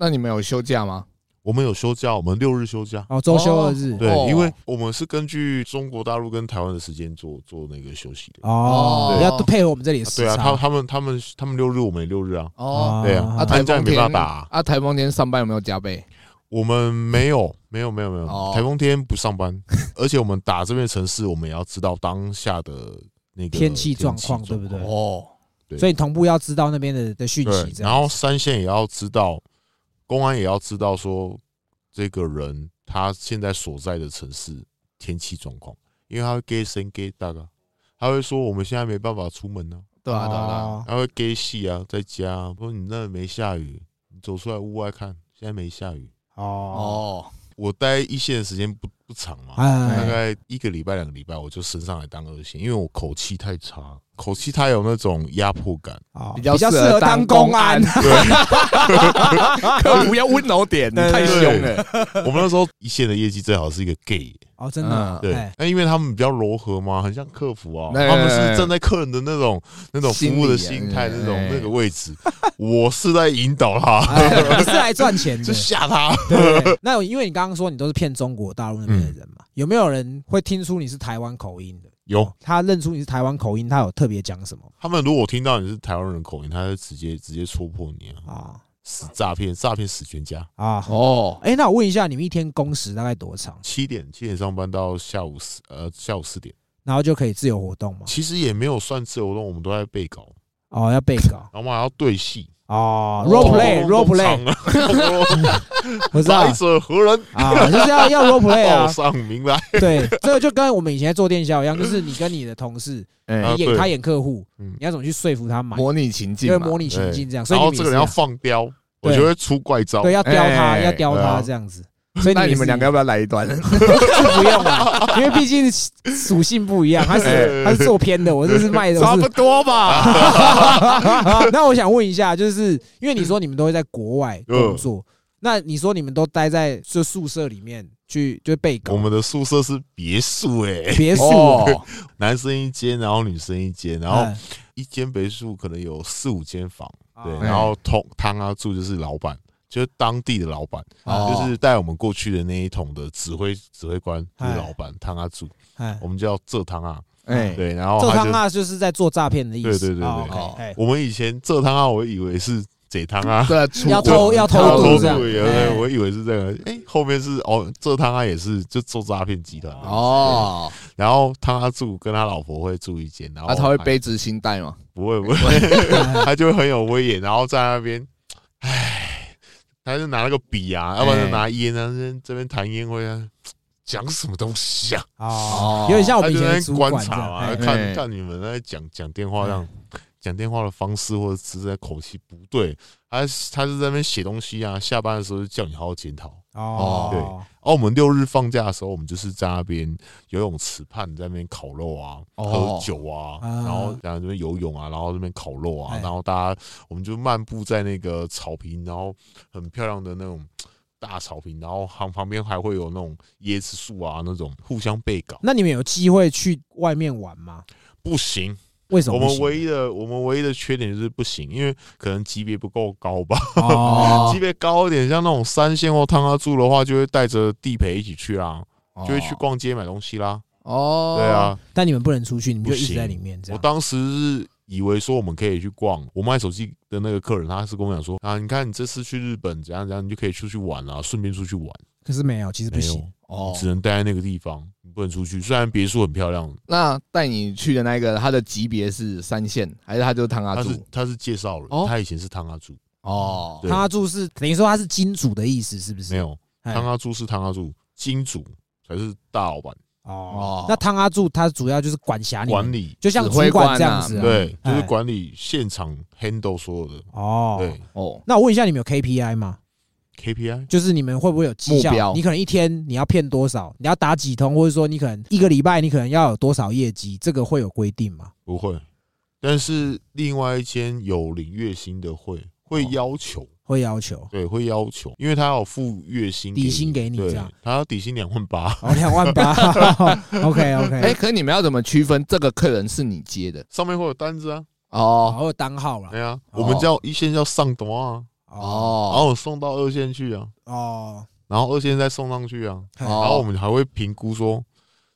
S2: 那你们有休假吗？
S3: 我们有休假，我们六日休假。
S1: 哦，周休二日。
S3: 对
S2: 哦，
S3: 因为我们是根据中国大陆跟台湾的时间做做那个休息的。
S1: 哦，
S2: 对
S1: 要配合我们这里的
S3: 啊
S1: 时
S3: 对啊，他
S1: 差。
S3: 他们他们他们六日，我们也六日啊。
S2: 哦，
S3: 对
S1: 啊
S3: 啊，
S2: 台
S3: 但这样
S2: 风
S3: 也没
S2: 天
S3: 办法啊。
S2: 啊，台风天上班有没有加倍？
S3: 我们没有，没有，没有，没有
S2: 哦。
S3: 台风天不上班， 而且我们打这边城市，我们也要知道当下的那个
S1: 天气状况对不对
S2: 哦，
S3: 对
S1: 所以你同步要知道那边的的讯息
S3: 对，，
S1: 这样
S3: 然后三线也要知道，公安也要知道说这个人他现在所在的城市天气状况，因为他会给声给大哥，他会说我们现在没办法出门呢、
S2: 对啊，对啊，对啊，
S1: 哦
S3: 他会给戏啊，在家、啊，说你那没下雨，你走出来屋外看，现在没下雨。
S1: 哦，
S2: 哦，
S3: 我待一线的时间不不长嘛，大
S1: 哎，
S3: 概一个礼拜、两个礼拜，我就升上来当二线，因为我口气太差，口气太有那种压迫 感。
S1: 哦
S2: 比较
S1: 比较适
S2: 适
S1: 合
S2: 合
S1: 当
S2: 当
S1: 公
S2: 公
S1: 安
S2: 安
S3: 对，
S2: 客服要温柔点，你
S1: 对
S2: 太
S3: 对
S2: 凶了。
S3: 我们那时候一线的业绩最好是一个 gay，
S1: 哦，真的哦
S2: 嗯
S3: 对
S1: 哎，
S3: 那因为他们比较柔和嘛，很像客服啊，
S2: 哎
S3: 他们是站在客人的那种那种服务的
S2: 心理啊
S3: 心态
S2: 哎
S3: 那种
S2: 哎
S3: 那个位置，我是在引导 他，
S1: 哎你是来赚钱 的
S3: 就。吓他。
S1: 对，那因为你刚刚说你都是骗中国大陆那边
S3: 嗯
S1: 的人嘛，有没有人会听出你是台湾口音的？
S3: 有
S1: 他认出你是台湾口音，他有特别讲什么
S3: 他们如果听到你是台湾人的口音，他就直接直接戳破你啊，
S1: 啊
S3: 死诈骗，诈骗死全家。
S1: 啊？
S2: 哦，
S1: 哎，那我问一下，你们一天工时大概多长？
S3: 七点七点上班到下午四呃下午四点，
S1: 然后就可以自由活动吗？
S3: 其实也没有算自由动，我们都在备稿，
S1: 哦，要被告
S3: 然后我们还要对戏
S1: 哦
S2: 哦
S1: ，role play，role play，
S3: play，
S1: 我知道
S3: 来者何人？
S1: 啊，就是要要 role play 啊
S3: 报，上名来，
S1: 对，这个就跟我们以前在做电销一样，就是你跟你的同事，
S2: 哎
S3: 啊
S1: 你演
S3: 对
S1: 他演客户，
S3: 嗯
S1: 你要怎么去说服他买，
S2: 模拟情境
S1: 因为
S2: 嘛
S1: 模拟情境这样，所以
S3: 然
S1: 你
S3: 后
S1: 们也是
S3: 这个人要放刁，我就会出怪招。
S1: 对，要雕他，
S2: 哎
S1: 要雕
S3: 对
S1: 他
S3: 啊
S1: 这样子。所以
S2: 那
S1: 也
S2: 你
S1: 是
S2: 们两个要不要来一段？
S1: 不用了，因为毕竟属性不一样，他是
S3: 哎
S1: 他是做偏的，我这是卖的。
S2: 差
S1: 我
S2: 不
S1: 是
S2: 多吧。
S1: 那我想问一下，就是因为你说你们都会在国外工作，
S3: 嗯
S1: 那你说你们都待在这宿舍里面去就被
S3: 我
S1: 搞
S3: 们的宿舍是别墅哎、
S1: 别墅哦，
S2: 哦，
S3: 男生一间，然后女生一间，然后
S1: 嗯
S3: 一间别墅可能有四五间房，对，
S1: 啊
S3: 然后通汤啊住就是老板，就是当地的老板，
S2: 哦
S3: 就是带我们过去的那一桶的指挥指挥官就是老板汤啊住，
S1: 哎
S3: 我们叫浙汤啊，
S2: 哎，
S3: 对，然后
S1: 做
S3: 他
S1: 汤
S3: 就
S1: 啊就是在做诈骗的意思。
S3: 对对对对
S1: 哦
S2: 哦
S1: OK，哎
S3: 我们以前浙汤啊，我以为是贼汤啊。
S2: 对，出
S1: 要
S2: 国
S1: 偷要偷
S3: 偷
S1: 渡
S3: 渡
S1: 这样
S3: 也
S1: 哎
S3: 对，我以为是这个，哎，后面是哦，这汤他也是就做诈骗集团的，
S2: 哦，
S3: 然后汤他住跟他老婆会住一间，然后
S1: 啊
S2: 那他会
S3: 还
S2: 背执行带吗？
S3: 不会不会，
S1: 哎
S3: 他就会很有威严，然后在那边，唉，他就拿那个笔啊，要不
S1: 哎
S3: 然就拿烟啊，这边这边弹烟灰啊，讲什么东西啊？
S1: 哦
S2: 哦，
S1: 有点像我
S3: 他
S1: 们以
S3: 就
S1: 前
S3: 在
S1: 的
S3: 那
S1: 主管
S3: 边观
S1: 这
S3: 察
S1: 样。
S3: 啊，
S1: 哎
S2: 哎
S3: 看
S2: 哎
S3: 看你们在讲讲电话这样，讲电话的方式或者是在口气不对，他他是在那边写东西啊，下班的时候就叫你好好检讨。
S1: 哦，
S3: 哦，我们六日放假的时候，我们就是在那边游泳池畔在那边烤肉啊，
S2: 哦
S3: 喝酒啊，
S1: 啊
S3: 然后然后这边游泳啊，然后这边烤肉啊
S1: 哎，
S3: 然后大家我们就漫步在那个草坪，然后很漂亮的那种大草坪，然后旁旁边还会有那种椰子树啊，那种互相被搞，
S1: 那你们有机会去外面玩吗？
S3: 不行。
S1: 为什么
S3: 我
S1: 不行？
S3: 们唯一的我们唯一的缺点就是不行，因为可能级别不够高吧。
S2: 啊
S1: 哦
S3: 级别高一点，像那种三线或汤阿住的话，就会带着地陪一起去啊，就会去逛街买东西啦。
S2: 哦，
S3: 对啊，，
S1: 但你们不能出去，你们就
S3: 不
S1: 一直
S3: 行
S1: 在里面这
S3: 我
S1: 样。
S3: 当时是以为说我们可以去逛，我卖手机的那个客人，他是跟我讲说啊，你看你这次去日本怎样怎样，你就可以出去玩啊，顺便出去玩，
S1: 可是没有，其实不
S3: 没有
S1: 行。
S2: 哦
S3: 只，能待在那个地方，你不能出去。虽然别墅很漂亮，
S2: 那带你去的那个，他的级别是三线，还是他就是唐阿
S3: 他是
S2: 柱？
S3: 他是介绍人，
S2: 哦
S3: 他以前是汤阿住，
S2: 哦，
S3: 对
S1: 汤阿柱是等于说他是金主的意思，是不是？
S3: 没有
S1: 哎
S3: 汤阿住是汤阿住，金主才是大老板，
S1: 哦
S2: 哦。
S1: 那汤阿柱他主要就是管辖啊你们
S3: 管，理嗯
S1: 就像
S2: 指
S1: 主
S2: 挥官
S1: 管
S2: 啊
S1: 这样子啊。
S3: 对，就
S1: 哎
S3: 是管理现场 handle 所有的
S1: 哦
S3: 对。
S2: 哦，
S1: 那我问一下，你们有 KPI 吗？
S3: KPI。
S1: 就是你们会不会有绩
S2: 目
S1: 效？
S2: 标
S1: 你可能一天你要骗多少？你要打几通？或者说你可能一个礼拜你可能要有多少业绩？这个会有规定吗？
S3: 不会，但是另外一间有领月薪的会会
S2: 哦
S3: 要求，
S1: 会要 求
S3: 对，会要求，因为他要付月薪
S1: 底薪给你
S3: 对
S1: 这样，
S3: 他要底薪两万八，
S1: 哦，两万八。OK
S2: 哎，
S1: OK。
S2: 可是你们要怎么区分这个客人是你接的？
S3: 上面会有单子啊，
S1: 哦，
S2: 哦
S1: 还有单号啦
S3: 对。啊，
S1: 哦
S3: 我们叫一线叫上端啊，
S1: 哦
S3: 然
S2: 哦
S3: 后送到二线去啊，
S1: 哦
S3: 然后二线再送上去啊，然后我
S2: 哦
S3: 们还会评估说，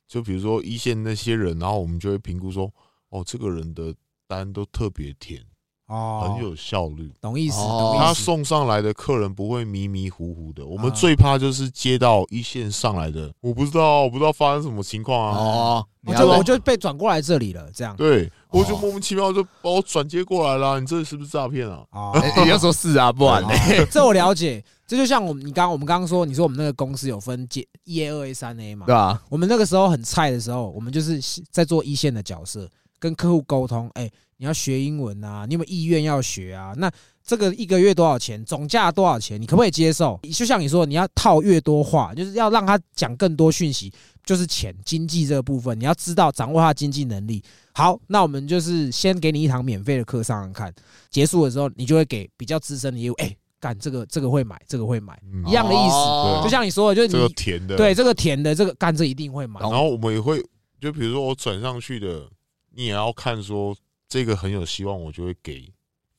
S3: 就比如说一线那些人，然后我们就会评估说，哦，这个人的单都特别甜，
S1: 哦，
S3: 很有效率。
S1: 懂意思，
S2: 哦
S1: 懂意思。
S3: 他送上来的客人不会迷迷糊糊的。我们
S1: 啊
S3: 最怕就是接到一线上来的，我不知道，我不知道发生什么情况啊。
S2: 哦，你
S1: 我
S2: 要
S1: 就
S2: 问
S1: 我就被转过来这里了，这样。
S3: 对，我就
S2: 哦
S3: 莫名其妙就把我转接过来啦。你这是不是诈骗啊？
S1: 哦，
S2: 哎你要说是啊，不然呢？
S1: 哦这我了解。这就像我们你刚我们刚刚说，你说我们那个公司有分接一 A、二 A、三 A 嘛
S2: 对？吧？
S1: 我们那个时候很菜的时候，我们就是在做一线的角色，跟客户沟通。哎，你要学英文啊，你有没有意愿要学啊？那这个一个月多少钱？总价多少钱？你可不可以接受？就像你说，你要套越多话，就是要让他讲更多讯息，就是钱经济这个部分，你要知道掌握他的经济能力。好，那我们就是先给你一堂免费的课上上看，结束的时候你就会给比较资深的业务，哎、干这个这个会买，这个会买，
S3: 嗯
S1: 一样的意思啊
S2: 哦
S1: 就像你说的，就
S3: 这
S1: 是
S3: 个
S1: 你
S3: 甜的。
S1: 对，这个甜的，这个干这一定会买
S3: 然后我们也会，就比如说我转上去的，你也要看说这个很有希望，我就会给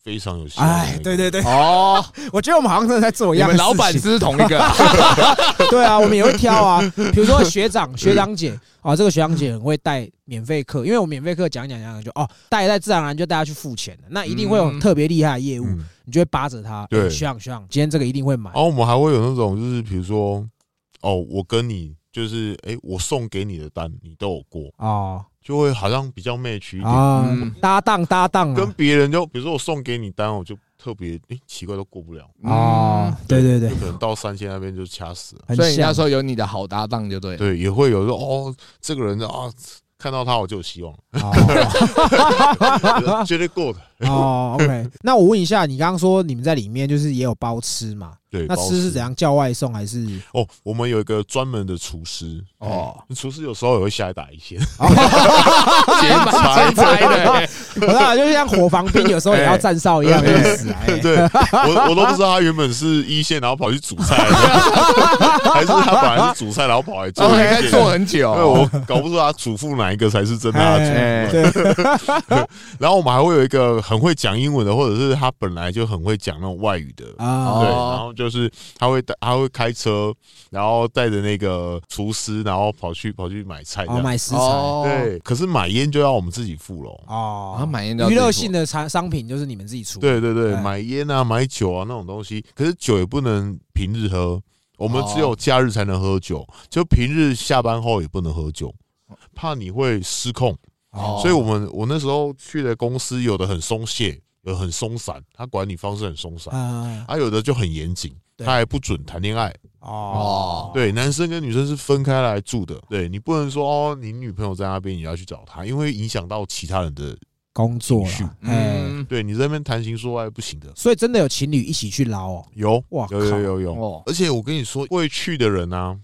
S3: 非常有希望。
S1: 哎，对对，对，
S2: 哦，
S1: 我觉得我们好像真的在做一
S2: 你
S1: 样的
S2: 们
S1: 事情。
S2: 老板是不是同 一个啊
S1: 对啊，我们也会挑啊，比如说学
S2: 嗯
S1: 长、学长姐啊，这个学长姐很会带免费课，因为我免费课讲一讲讲讲就哦，带一带自然而然就大家去付钱了，那一定会有
S2: 嗯哦
S1: 特别厉害的业务，
S3: 嗯。
S1: 你就会扒着他，哎
S3: 对
S1: 学长学长，今天这个一定会买
S3: 然，后我们还会有那种，就是比如说，哦，我跟你就是，哎，我送给你的单你都有过，
S1: 哦
S3: 就会好像比较 match 一点。
S1: 啊
S2: 嗯，
S1: 搭档搭档
S3: 跟
S1: 啊，
S3: 别人就比如说我送给你单，我就特别诶、奇怪都过不了，
S1: 哦
S2: 嗯，
S1: 对对对
S3: 就，可能到三线那边就掐死了。
S1: 很
S2: 所以你那
S1: 像
S2: 时候有你的好搭档就对了。
S3: 对，也会有说哦，这个人啊，看到他我就有希望，
S1: 哦
S3: 绝对过的。
S1: 哦，OK。那我问一下，你刚刚说你们在里面就是也有包吃嘛？
S3: 对，
S1: 那
S3: 包
S1: 吃是怎？样叫外送还是？
S3: 哦，我们有一个专门的厨师
S2: 哦
S3: 哦，厨师有时候也会下来打一线，
S2: 节蛮精彩 的欸，
S1: 我知道，就像火防兵有时候也要站哨一样的意思啊。哎
S3: 对我我都不知道他原本是一线，然后跑去煮菜，还是他本来是煮菜，然后跑来做
S2: 然后哦还
S3: 一
S2: 在做
S3: 线。
S2: 很久
S3: 因为。我搞不出他嘱咐哪一个才是真的啊他的主
S1: 哎
S2: 哎
S1: 对，
S3: 然后我们还会有一个很会讲英文的，或者是他本来就很会讲那种外语的，
S1: 啊，
S3: 对，
S2: 哦
S3: 然后就是他会带他会开车，然后带着那个厨师，然后跑去跑去买菜这
S1: 哦，
S3: 样。
S1: 买食材，
S3: 对，可是买烟就要我们自己付喽。
S1: 哦，
S2: 他买烟
S1: 娱乐性的产商品就是你们自己出，
S3: 对对对，
S1: 哎
S3: 买烟啊，买酒啊那种东西，可是酒也不能平日喝，我们
S2: 哦
S3: 只有假日才能喝酒，就平日下班后也不能喝酒，怕你会失控。
S1: 哦，
S3: 所以我们我那时候去的公司，有的很松懈，有的很松散，他管理方式很松散，
S1: 啊，
S3: 还有的就很严谨，
S1: 对
S3: 他还不准谈恋爱。
S1: 哦，
S3: 对，男生跟女生是分开来住的，对你不能说哦，你女朋友在那边，你要去找她，因为影响到其他人的。
S1: 工作
S3: 情绪嗯
S1: 啦，哎，，
S2: 嗯
S3: 对你在那边谈情说爱不行的，
S1: 所以真的有情侣一起去捞哦，
S3: 有
S1: 哇
S3: 有有
S1: 靠
S3: 有有，
S2: 哦，
S3: 而且我跟你说，会去的人啊，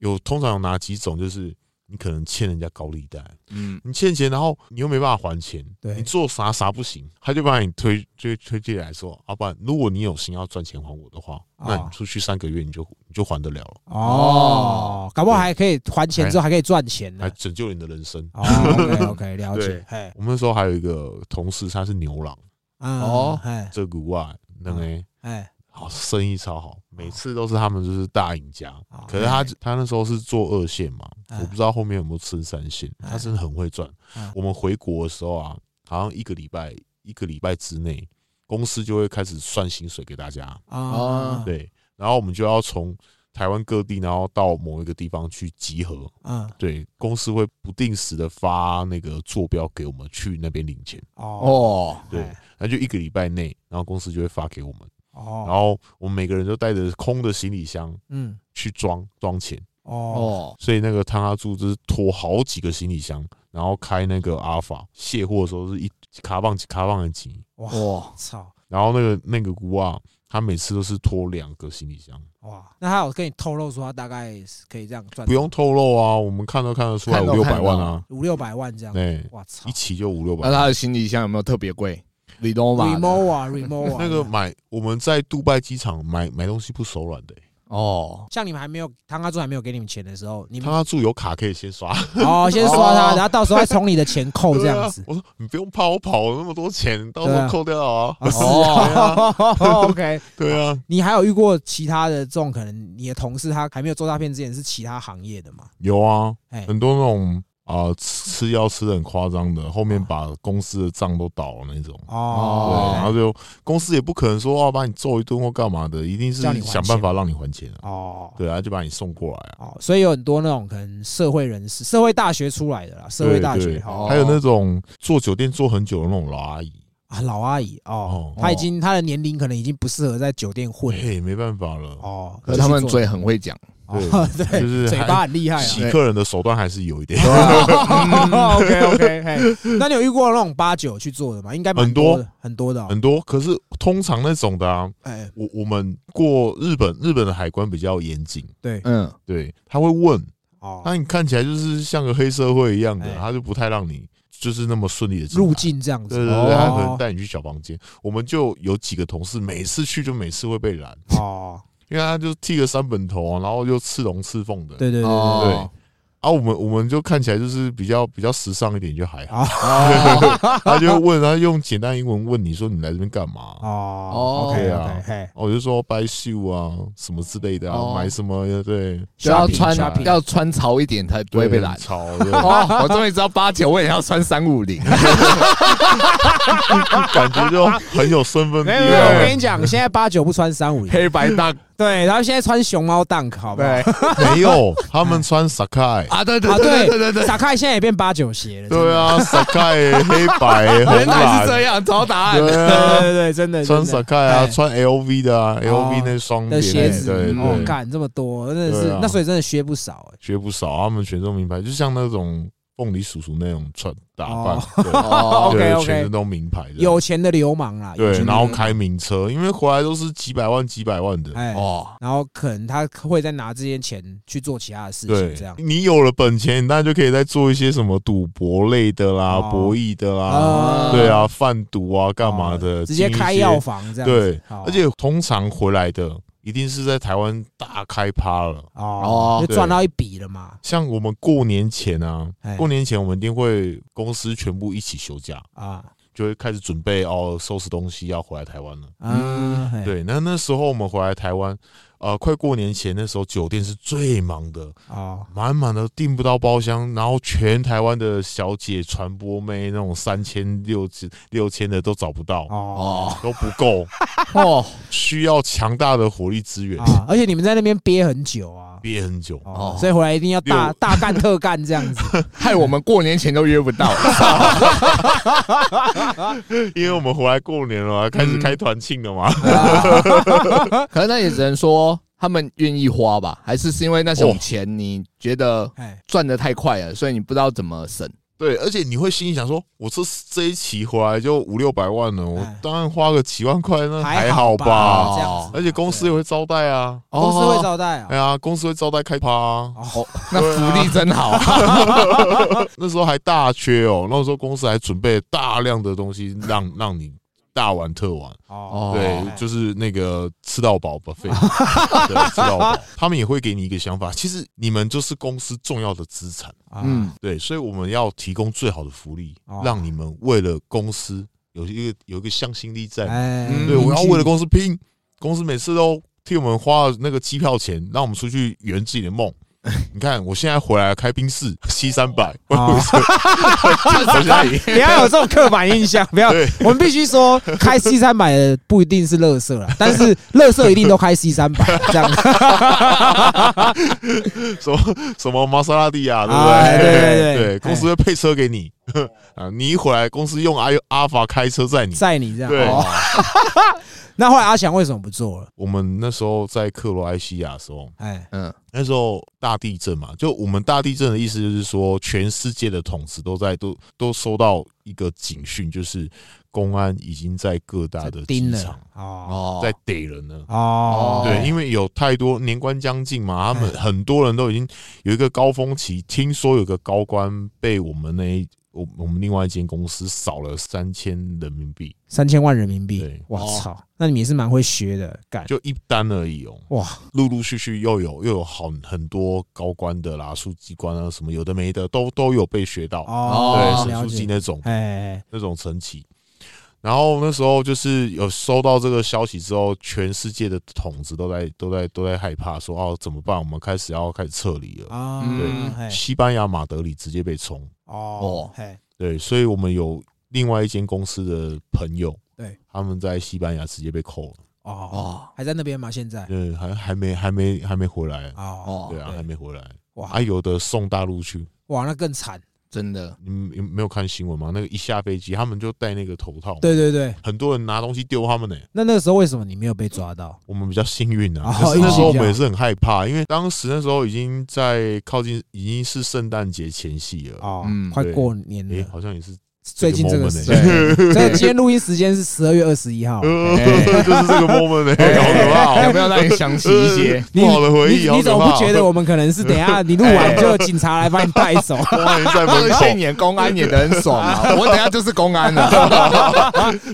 S3: 有通常有哪几种？就是你可能欠人家高利贷，
S2: 嗯，
S3: 你欠钱，然后你又没办法还钱，
S1: 对
S3: 你做啥啥不行，他就把你推推推进来说，啊，不然如果你有心要赚钱还我的话，那
S1: 哦
S3: 你出去三个月你就你就还得了了，
S1: 哦，搞不好还可以还钱之后还可以赚钱
S3: 还
S1: 呢。
S3: 拯救你的人生。
S1: 哦，OK OK，了
S3: 对
S1: 解，哎，
S3: 我们那时候还有一个同事，他是牛郎，
S1: 嗯
S2: 哦
S1: 哎
S3: 这个外那个呢
S1: 哎，
S3: 好生意超好，每次都是他们就是大赢家
S1: 哦。
S3: 可是他
S1: 哎
S3: 他那时候是做二线嘛，
S1: 哎
S3: 我不知道后面有没有吃三线，
S1: 哎
S3: 他真的很会赚
S1: 嗯。
S3: 我们回国的时候啊，好像一个礼拜一个礼拜之内，公司就会开始算薪水给大家，
S1: 啊，
S3: 对，然后我们就要从台湾各地，然后到某一个地方去集合。
S1: 嗯，
S3: 对，公司会不定时的发那个坐标给我们去那边领钱，
S1: 哦，
S2: 哦，
S3: 对
S1: 哎，
S3: 那就一个礼拜内，然后公司就会发给我们。然
S1: 哦，
S3: 后我们每个人都带着空的行李箱
S1: 嗯，
S3: 去装装钱，
S1: 哦，
S2: 哦，
S3: 所以那个汤阿柱就是拖好几个行李箱，然后开那个阿尔法卸货的时候是一卡棒卡棒的挤，
S1: 哇，
S3: 哦
S2: 哇，
S1: 操，
S3: 然后那个那个姑啊，他每次都是拖两个行李箱，
S1: 哇，那他有跟你透露说他大概是可以这样赚，
S3: 不用透露啊，我们看都看得出来
S2: 看
S3: 五
S2: 都
S3: 六
S2: 看
S3: 百万
S2: 到
S3: 啊，
S1: 五六百万这样，
S3: 对，
S1: 哇操
S3: 一起就五六百
S2: 那。他的行李箱有没有特别贵 r e n o v a
S1: ，remova remova
S3: 那个买我们在杜拜机场买买东西不手软的、欸，
S2: 哦，
S1: 像你们还没有汤阿柱还没有给你们钱的时候，你
S3: 汤
S1: 们
S3: 阿柱有卡可以先 刷，。
S1: 哦先刷他，
S2: 哦
S1: 然后到时候再从你的钱扣这样子
S3: 对啊我说你不用怕我跑了那么多钱，到时
S1: 对啊
S3: 候扣掉啊。
S1: 哦，是
S2: 哦
S1: 哦 ，OK。
S3: 对啊，
S1: 你还有遇过其他的这种可能？你的同事他还没有做诈骗之前是其他行业的嘛？
S3: 有啊，
S1: 哎，
S3: 很多那种啊、吃吃药吃的很夸张的，后面把公司的账都倒了那种。对，然
S1: 哦
S3: 后就公司也不可能说要把你揍一顿或干嘛的，一定是
S1: 叫你还
S3: 想办法让你还钱啊。
S1: 哦
S3: 对啊，就把你送过来啊。
S1: 哦，所以有很多那种可能社会人士、社会大学出来的啦，社会大
S3: 对
S1: 学
S3: 对
S1: 哦
S3: 还有那种做酒店做很久的那种老阿姨，
S1: 啊老阿姨哦
S3: 哦，
S1: 她已经她的年龄可能已经不适合在酒店混了
S3: 嘿，没办法了，
S1: 哦，
S2: 可是他们
S1: 就去做
S2: 嘴很会 讲，
S1: 哦对，
S3: 就是
S1: 嘴巴很厉害啊，
S3: 洗客人的手段还是有一点。
S2: 嗯
S1: OK OK，嘿，那你有遇过那种八九去做的吗？应该蛮的很多的哦，
S3: 很多，可是通常那种的啊，
S1: 哎，
S3: 我我们过日本，日本的海关比较严谨，
S1: 对，
S2: 嗯，
S3: 对，他会问
S1: 哦，
S3: 那你看起来就是像个黑社会一样的
S1: 哎，
S3: 他就不太让你就是那么顺利的
S1: 入。境这样子，
S3: 对对对，他可能
S1: 哦
S3: 带你去小房间。我们就有几个同事，每次去就每次会被拦，
S1: 哦，
S3: 因为他就剃个三本头啊，然后又刺龙刺凤的。
S1: 对对对对，
S2: 哦，
S3: 啊，我们我们就看起来就是比较比较时尚一点，就还好。
S2: 哦，
S3: 他就会问，他用简单英文问你说你来这边干嘛？
S1: 哦，OK OK，嘿，
S3: 我就说掰秀啊，什么之类的
S2: 哦
S3: 啊，买什么对，
S2: 就要
S1: shopping，
S2: 穿
S1: shopping
S2: 要穿潮一点才不会被拦
S3: 很。潮，对
S2: 哦， 我终于知道八九我也要穿三五零。
S3: 感觉就很有身份
S1: 没
S3: 地位。
S1: 有没有，我跟你讲，现在八九不穿三五零，
S2: 黑白大
S1: 对，然后现在穿熊猫 dunk，好不好？
S2: 对
S3: 没有，他们穿 Sakai。
S2: 啊，对对
S1: 啊，
S2: 对对
S1: 对
S2: 对对，
S1: 打开现在也变八九鞋了，
S3: 对啊，Sakai 黑 白
S2: 原
S3: 很
S2: 来是
S3: 蓝，
S2: 这样，找答案。
S3: 对
S1: 真的，对
S3: 啊，
S1: 对对，真的
S3: 穿
S1: 真的
S3: Sakai 啊，
S1: 哎
S3: 穿 LV 的啊
S1: 哦
S3: ，LV 那双
S1: 的
S3: 边
S1: 鞋子，
S3: 对
S1: 哦，
S3: 对，
S1: 干这么多，真的是
S3: 对啊，
S1: 那所以真的削不少哎，
S3: 学不少，他们全都名牌，就像那种凤梨叔叔那种穿打扮，
S2: 哦
S3: 对
S1: OK，OK
S3: 对，全身都名牌的，
S1: 有钱的流氓啦，有
S3: 对，
S1: 钱的
S3: 然后
S1: 流氓
S3: 开名车，因为回来都是几百万几百万的，
S1: 哎，
S2: 哦，
S1: 然后可能他会再拿这些钱去做其他的事
S3: 对
S1: 情，这样，
S3: 你有了本钱，你当然就可以再做一些什么赌博类的啦、
S1: 哦
S3: 博弈的啦，
S1: 啊
S3: 对啊，贩毒啊，干嘛的，
S1: 直接
S3: 进一
S1: 开
S3: 些
S1: 药房这样子，哦
S3: 对
S1: 好
S3: 而且通常回来的一定是在台湾大开趴了。
S1: 哦，
S2: 哦
S1: 就赚到一笔了嘛，
S3: 像我们过年前啊
S1: 哎，
S3: 过年前我们一定会公司全部一起休假，
S1: 啊，
S3: 就会开始准备哦，收拾东西要回来台湾了。
S1: 嗯，嘿，
S3: 对，那那时候我们回来台湾，呃，快过年前那时候酒店是最忙的，
S1: 哦，
S3: 满满的订不到包厢，然后全台湾的小姐、传播妹那种三千、六千、六千的都找不到，
S1: 哦，
S2: 哦，
S3: 都不 够，
S2: 哦，
S3: 需要强大的火力资源，
S1: 啊，而且你们在那边憋很久啊，
S3: 憋很久。
S1: 哦
S2: 哦，
S1: 所以回来一定要大
S3: 六
S1: 大干特干这样子，
S2: 害我们过年前都约不到。
S3: 因为我们回来过年了啊，开始开团庆了嘛。
S2: 可能那也只能说他们愿意花吧，还是是因为那种钱你觉得
S1: 哎，
S2: 赚的太快了，所以你不知道怎么省。
S3: 对，而且你会心里想说，我这这一期回来就五六百万了，我
S1: 哎
S3: 当然花个几万块那还
S1: 好
S3: 好
S2: 吧
S1: 这样子，
S3: 而且公司也会招待啊，
S1: 对公司会招待
S3: 哎
S1: 啊，
S3: 呀，公司会招待开趴啊。
S2: 哦，那福利真好啊！
S3: 那时候还大缺哦，那时候公司还准备大量的东西让让你大玩特玩。
S1: 哦，
S3: 对，
S1: 哎
S3: 就是那个吃到饱 buffet，对，吃 到饱，他们也会给你一个想法，其实你们就是公司重要的资产，
S1: 啊
S2: 嗯，
S3: 对，所以我们要提供最好的福利
S1: 哦，
S3: 让你们为了公司有一个有一个向心力在，
S1: 哎，
S2: 嗯
S3: 对，我要
S1: 凝聚
S3: 为了公司拼，公司每次都替我们花那个机票钱，让我们出去圆自己 的梦。你看，我现在回来开宾士 C 三 百，
S1: 哦
S2: 我在里
S1: 不要有这种刻板印象，不要
S3: 对。
S1: 我们必须说，开 C 三百的不一定是乐色啦，但是乐色一定都开 C 三百这 样。
S3: 什么什么玛莎拉蒂啊，对不
S1: 哎
S3: 对？
S1: 对对对
S3: 对，公司会配车给你 啊，你一回来，公司用阿阿法开车载你。
S1: 载你这样。
S3: 对
S1: 哦那后来阿翔为什么不做了？
S3: 我们那时候在克罗埃西亚的时候，
S1: 哎，
S2: 嗯，
S3: 那时候大地震嘛，就我们大地震的意思就是说，全世界的统治都在都都收到一个警讯，就是公安已经在各大的机
S1: 盯
S3: 场
S1: 了哦
S2: 哦，
S3: 在逮人了。
S1: 哦，哎
S3: 对，因为有太多年关将近嘛，他们很多人都已经有一个高峰期。听说有个高官被我们那一我我们另外一间公司少了三千人民币，
S1: 三千万人民币
S3: 对，
S1: 我
S2: 哦
S1: 操，那你们也是蛮会学的，干
S3: 就一单而已哦。
S1: 哇，
S3: 陆陆续续又有又有好很多高官的啦、书记官啊什么有的没的都都有被学到，
S1: 哦，
S3: 对，沈
S1: 了
S3: 书记
S1: 解，
S3: 那种
S1: 哎，
S3: 那种层级。然后那时候就是有收到这个消息之后，全世界的统子都在都在都在害怕说哦怎么办？我们开始要开始撤离了。
S1: 啊，
S2: 嗯
S1: 嘿
S3: 西班牙马德里直接被冲。
S1: 哦
S2: 哦，
S1: 嘿，
S3: 对，所以我们有另外一间公司的朋友，
S1: 对，
S3: 他们在西班牙直接被扣了，
S1: 哦，
S2: 哦
S1: 还在那边吗？现在？
S3: 对，还还没还没还没回来，
S1: 哦，
S2: 哦
S3: 对，啊，
S1: 对
S3: 还没回来，
S1: 哇
S3: 啊，有的送大陆去，
S1: 哇，那更惨，
S2: 真的
S3: 你们有没有看新闻吗？那个一下飞机，他们就戴那个头套，，
S1: 对对对，
S3: 很多人拿东西丢他们呢、
S1: 那那个时候为什么你没有被抓到？
S3: 我们比较幸运啊
S1: 哦，
S3: 可是那时候
S1: 运气比较
S3: 我们也是很害怕，因为当时那时候已经在靠近，已经是圣诞节前夕了，
S1: 哦
S2: 嗯，
S1: 快
S3: 对
S1: 过年
S3: 诶，
S1: 了，
S3: 好像也是
S1: 最近这个
S3: moment
S1: 时
S3: 欸
S1: 间，这
S2: 对，
S1: 个今天录音时间是十二月二十一 号，
S3: 呃，
S2: 哎
S3: 就是这个 moment 呢、
S1: 哎
S3: 好可怕哦、
S2: 有没有让你想起一 些？
S1: 你
S3: 不好的回忆
S1: 你
S3: 好
S1: 你
S3: 可
S1: 怎么
S3: 怕哦
S1: 不觉 得我们可能是等一下你录完就有警察来把你带走？
S3: 公安在
S2: 那
S3: 门
S2: 个现
S3: 口
S2: 眼公安也得很爽啊！ 我等下就是公安了。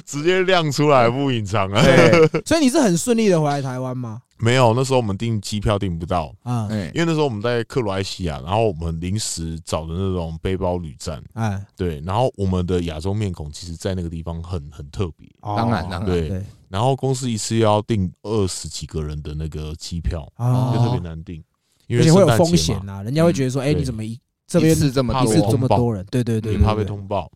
S3: 直接亮出来，不隐藏 啊！
S2: 对，
S1: 所以你是很顺利的回来台湾吗？
S3: 没有，那时候我们订机票订不到，
S1: 啊，
S2: 哎
S3: 因为那时候我们在克罗埃西亚，然后我们临时找的那种背包旅站，
S1: 哎，
S3: 对，然后我们的亚洲面孔其实在那个地方很很特别，
S1: 哦
S2: 当然当然
S3: 对，然后公司一次要订二十几个人的那个机票，就特别
S1: 哦，
S3: 难订，因
S1: 而
S3: 为
S1: 且会有
S3: 圣诞节嘛
S1: 风险呐，人家会觉得说，哎，
S3: 对
S1: 你怎么一这
S2: 一
S1: 边
S2: 次这么
S3: 怕
S1: 一
S3: 被
S1: 次
S2: 多，
S1: 这么
S3: 通报
S1: 多人？对对对，
S3: 也
S1: 对
S3: 怕被
S1: 对
S3: 通报。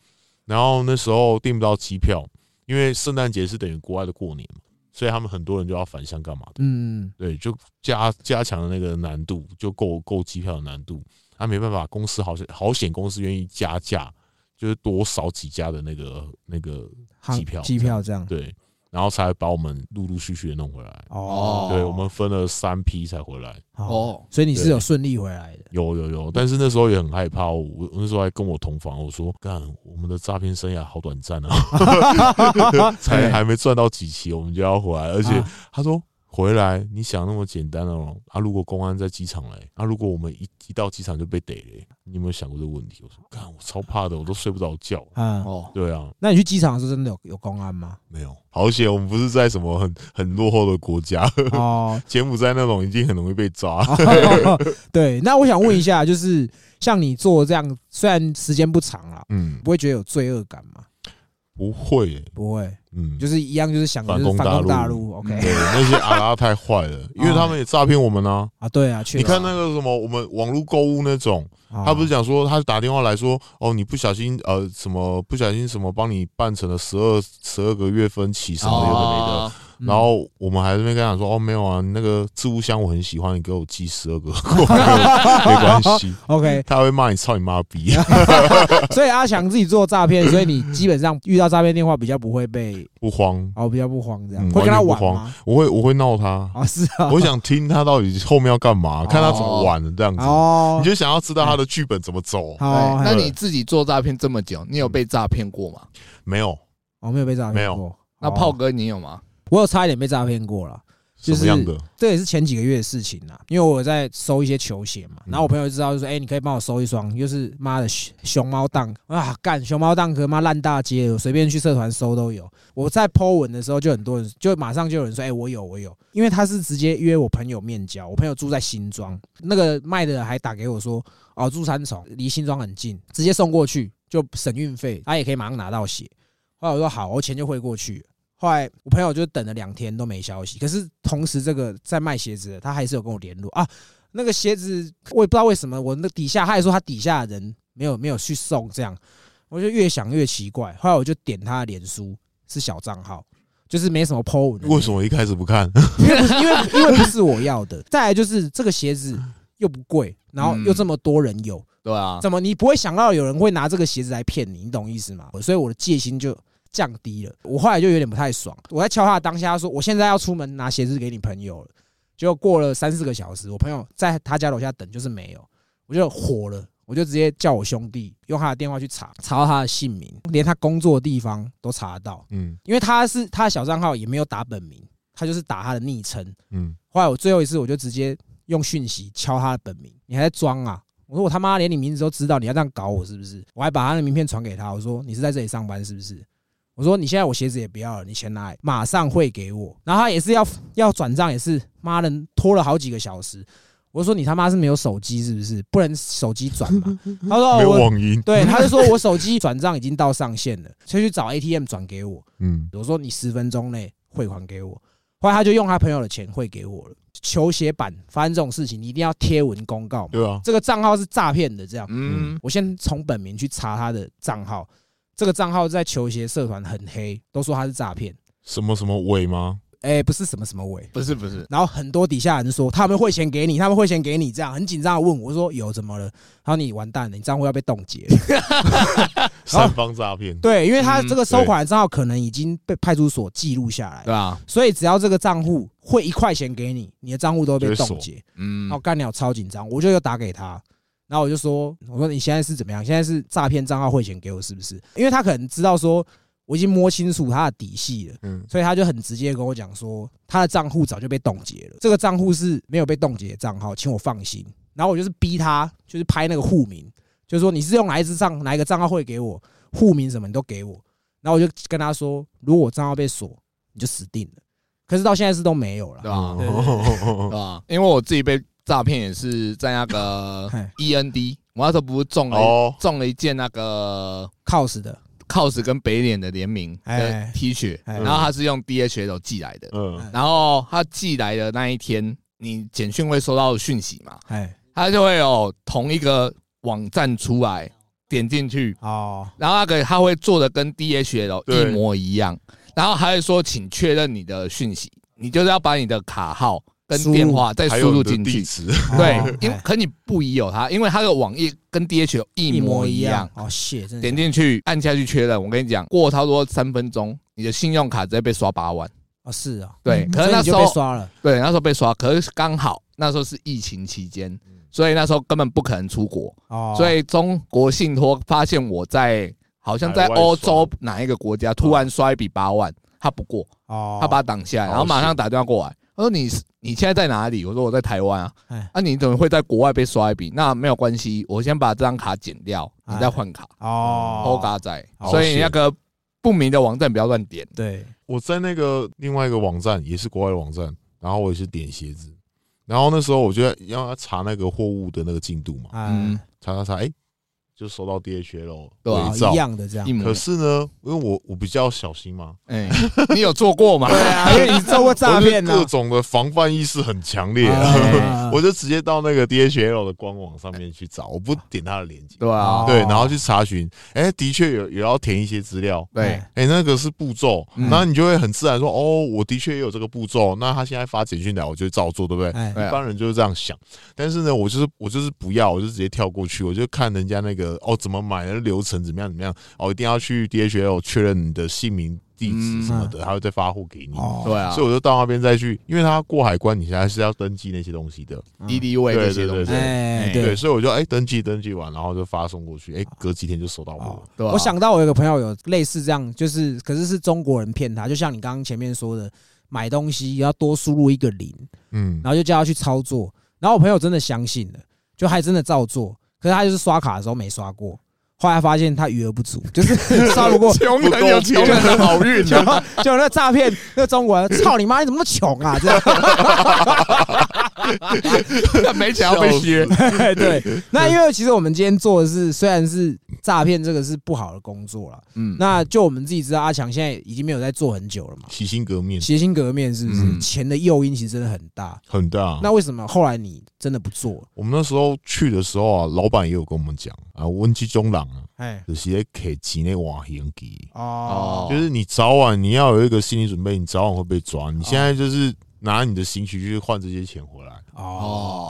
S3: 然后那时候订不到机票，因为圣诞节是等于国外的过年嘛，所以他们很多人就要返乡干嘛的。
S1: 嗯，
S3: 对，就加加强那个难度，就购购机票的难度。啊，没办法，公司好险好险，公司愿意加价，就是多少几家的那个那个
S1: 航
S3: 机票
S1: 机票这样，
S3: 对。然后才把我们陆陆续续的弄回来。
S1: 哦，
S3: 对，我们分了三批才回来，
S1: 哦，
S2: 哦，
S1: 所以你是
S3: 对
S1: 有顺利回来的。
S3: 有有有，但是那时候也很害怕，我我那时候还跟我同房，我说干，我们的诈骗生涯好短暂啊，
S2: 哎
S3: 才还没赚到几期，我们就要回来，而且
S1: 嗯啊
S3: 他说回来，你想那么简单哦？啊，如果公安在机场来，啊，如果我们一一到机场就被逮嘞，你有没有想过这个问题？我说干，我超怕的，我都睡不着觉。
S1: 嗯，
S2: 哦，
S3: 对啊，
S1: 那你去机场的时候真的有有公安 吗？
S3: 没有，好险，我们不是在什么很很落后的国家，
S1: 哦，
S3: 柬埔寨那种已经很容易被抓。
S1: 啊对。那我想问一下，就是像你做这样，虽然时间不长啦，
S3: 嗯，
S1: 不会觉得有罪恶感吗？
S3: 不会耶、
S1: 不会，
S3: 嗯，
S1: 就是一样，就是想着就是反
S3: 反
S1: 攻
S3: 攻
S1: 大
S3: 大
S1: 陆。
S3: 陆嗯
S1: OK
S3: 对，那些阿拉太坏了，因为他们也诈骗我们啊。
S1: 啊，对啊，确
S3: 你
S1: 实。哦
S3: 看那个什么，我们网络购物那种，
S1: 他
S3: 他不是讲说，他打电话来说，哦，你不小心呃什么不小心什么帮你办成了十二十二个月分期什么有的没
S1: 哦
S3: 的。
S2: 的
S1: 嗯
S3: 然后我们还在那边跟他讲说，哦，没有啊，那个置物箱我很喜欢，你给我寄十二个，没关系。
S1: OK，
S3: 他会骂你操你妈逼，
S1: 所以阿强自己做诈骗，所以你基本上遇到诈骗电话比较不会被
S3: 不慌，
S1: 哦，比较不慌这样，
S3: 嗯
S1: 会跟他
S3: 完
S1: 玩
S3: 全不
S1: 吗？
S3: 我会我会闹他，
S1: 啊，是啊，
S3: 我想听他到底后面要干嘛，看他怎么玩的这样子。
S1: 哦
S3: 你，就哎想要知道他的剧本怎么走？
S1: 好，
S2: 哎那
S1: 嘿
S2: 你自己做诈骗这么久，你有被诈骗过吗？
S3: 没有，
S1: 我哦没有被诈
S3: 没
S1: 骗
S3: 有
S1: 过。
S2: 那
S1: 哦
S2: 炮，哥你有吗？
S1: 我有差一点被诈骗过了。就
S3: 什
S1: 是
S3: 么样的？
S1: 这也是前几个月的事情啦，因为我有在收一些球鞋嘛，
S3: 嗯
S1: 然后我朋友就知道就说，哎，你可以帮我收一双，又是妈的熊熊猫蛋啊，干熊猫蛋壳妈烂大街，我随便去社团收都有。我在 Po 文的时候，就很多人就马上就有人说，哎，我有我有，因为他是直接约我朋友面交，我朋友住在新庄，那个卖的还打给我说，哦，住三重，离新庄很近，直接送过去就省运费，他也可以马上拿到鞋。后来我说好，我钱就汇过去了。后来我朋友就等了两天都没消息，可是同时这个在卖鞋子的他还是有跟我联络啊。那个鞋子我也不知道为什么，我那底下他还说他底下的人没有没有去送，这样我就越想越奇怪。后来我就点他的脸书是小账号，就是没什么 PO 文的那种，
S3: 为什么一开始不看？
S1: 因为不 是因为因为不是我要的。再来就是这个鞋子又不贵，然后又
S3: 嗯
S1: 这么多人有，
S2: 对啊，
S1: 怎么你不会想到有人会拿这个鞋子来骗你？你懂意思吗？所以我的戒心就降低了。我后来就有点不太爽。我在敲他的当下，他说我现在要出门拿鞋子给你朋友了。结果过了三四个小时，我朋友在他家楼下等，就是没有，我就火了。我就直接叫我兄弟用他的电话去查，查到他的姓名，连他工作的地方都查得到，
S3: 嗯
S1: 因为他是他的小账号也没有打本名，他就是打他的昵称。
S3: 嗯，
S1: 后来我最后一次，我就直接用讯息敲他的本名，你还在装啊！我说我他妈连你名字都知道，你要这样搞我是不是？我还把他的名片传给他，我说你是在这里上班是不是？我说你现在我鞋子也不要了，你钱拿来，马上汇给我。然后他也是要要转账，也是妈的拖了好几个小时。我说你他妈是没有手机是不是？不能手机转 嘛？他说哦
S3: 没有
S1: 我
S3: 网银。
S1: 对，他就说我手机转账已经到上限了，所以去找 ATM 转给我。
S3: 嗯，
S1: 我说你十分钟内汇款给我，后来他就用他朋友的钱汇给我了。球鞋版发生这种事情，你一定要贴文公告嘛，
S3: 对啊，
S1: 这个账号是诈骗的。这样，
S2: 嗯，
S1: 我先从本名去查他的账号，这个账号在球鞋社团很黑，都说他是诈骗，
S3: 什么什么伟吗？
S1: 哎，不是什么什么伟。
S2: 不是不是，
S1: 然后很多底下人说他们汇钱给你，他们汇钱给你，这样很紧张的问我我说有怎么了？他说你完蛋了，你账户要被冻结 了。
S3: 三方诈骗。
S1: 对，因为他
S2: 嗯
S1: 这个收款的账号可能已经被派出所记录下来了
S2: 对。啊，
S1: 所以只要这个账户汇一块钱给你，你的账户都会被
S3: 就会
S1: 冻结。
S2: 嗯
S1: 然后，干鸟超紧张，我就又打给他，然后我就说：“我说你现在是怎么样？现在是诈骗账号汇钱给我是不是？”因为他可能知道说我已经摸清楚他的底细了，
S3: 嗯，
S1: 所以他就很直接跟我讲说，他的账户早就被冻结了，这个账户是没有被冻结的账号，请我放心。然后我就是逼他，就是拍那个户名，就是说你是用哪一支账哪一个账号汇给我，户名什么你都给我。然后我就跟他说，如果我账号被锁，你就死定了。可是到现在是都没有了。
S2: 对
S3: 嗯
S2: 啊，
S1: 对
S2: 对啊，因为我自己被诈骗也是在那 个
S1: 嘿
S2: END，我那时候不是中 了、
S3: 哦，
S2: 中了一件那个
S1: cos 的，
S2: COS 跟北脸的联名
S1: 哎
S2: 的 T 恤，
S1: 哎
S2: 然后它是用 DHL 寄来的，
S3: 嗯
S2: 然后它寄来的那一天，你简讯会收到讯息嘛，
S1: 哎，
S2: 它就会有同一个网站出来，点进去，
S1: 哦，
S2: 然后那个它会做的跟 DHL
S3: 对
S2: 一模一样，然后还会说请确认你的讯息，你就是要把你的卡号跟
S1: 输入
S2: 电话再
S3: 还
S2: 输
S3: 有
S2: 入
S3: 你的
S2: 进去
S3: 地。址，
S1: 哦
S2: 对，因为
S1: 哎
S2: 可你不疑有它，因为它的网页跟 DHL 一模一样。
S1: 哦，谢，真的
S2: 点进去按下去确认，我跟你讲，过差不多三分钟，你的信用卡直接被刷八万。
S1: 哦，是啊，
S2: 对
S1: 嗯
S2: 可
S1: 所
S2: 能
S1: 以
S2: 那
S1: 你就
S2: 时候
S1: 被刷了，
S2: 对，那时候被刷，可是刚好那时候是疫情期间，所以那时候根本不可能出国，
S1: 哦，
S2: 所以中国信托发现我在好像在
S3: 海外
S2: 欧洲哪一个国家突然刷一笔八万，他不过，
S1: 哦，
S2: 他把他挡下来，
S3: 好
S2: 然后马上打电话过来，他说你是你现在在哪里？我说我在台湾啊
S1: 哎，
S2: 啊你怎么会在国外被刷一笔？那没有关系，我先把这张卡剪掉，你再换卡，偷
S1: 哦，
S2: 嘎仔，
S1: 好
S2: 所以那个不明的网站不要乱点。
S1: 对，
S3: 我在那个另外一个网站，也是国外的网站，然后我也是点鞋子，然后那时候我就要查那个货物的那个进度嘛，
S1: 嗯
S2: 嗯，
S3: 查查查，哎、就收到 DHL
S2: 对啊
S1: 哦
S3: 伪
S1: 一
S3: 造。
S1: 样的这
S2: 一
S1: 样，
S2: 模
S3: 可，是呢，因为我我比较小心嘛，
S2: 哎，你有做过吗？
S1: 啊，因为你做过诈
S3: 我就是
S1: 骗呢
S3: 各，种的防范意识很强烈，
S1: 啊
S3: 我就直接到那个 DHL 的官网上面去找，我不点它的链接，
S2: 对
S1: 哦
S2: 啊，
S3: 对，然后去查询，哎，的确有有要填一些资料，
S2: 对，
S3: 哎，那个是步骤，
S2: 嗯
S3: 那你就会很自然说，哦，我的确也有这个步骤，那他现在发简讯来，我就照做，对不对？
S1: 哎，
S2: 对啊
S3: 一般人就是这样想，但是呢，我就是我就是不要，我就直接跳过去，我就看人家那个哦怎么买的流程怎么样怎么样，哦一定要去 DHL 确认你的姓名、地址什么的，他会再发货给你。
S1: 嗯哦，
S2: 对啊
S3: 所以，我就到那边再去，因为他过海关，你现在是要登记那些东西的，
S2: 滴滴位这些东西，
S1: 哎，
S2: 对
S3: 对，所以我就哎、登记登记完，然后就发送过去，哎、隔几天就收到
S1: 哦
S3: 货。，
S2: 对啊
S1: 我想到我有个朋友有类似这样，就是可是是中国人骗他，就像你刚刚前面说的，买东西要多输入一个零，
S3: 嗯，
S1: 然后就叫他去操作，然后我朋友真的相信了，就还真的照做，可是他就是刷卡的时候没刷过，后来发现他余额不足， 就是刷不过。
S2: 穷人有穷人的好运
S1: 就就那诈骗，那中国人，操你妈！你怎么那么穷啊？这样
S2: 啊，没钱要被削。
S1: 对。那因为其实我们今天做的是，虽然是诈骗，这个是不好的工作了。
S2: 嗯，
S1: 那就我们自己知道，阿强现在已经没有在做很久了嘛。
S3: 洗心革面
S1: 谐星革面是不是
S2: 嗯
S1: 钱的诱因其实真的很大？
S3: 很大。
S1: 那为什么后来你真的不做？
S3: 我们那时候去的时候啊，老板也有跟我们讲啊，温基中郎啊，
S1: 哎，
S3: 就是在给几内瓦行给，
S1: 哦，
S3: 就是你早晚你要有一个心理准备，你早晚会被抓。
S1: 哦
S3: 你现在就是拿你的刑期去换这些钱回来。
S1: 哦，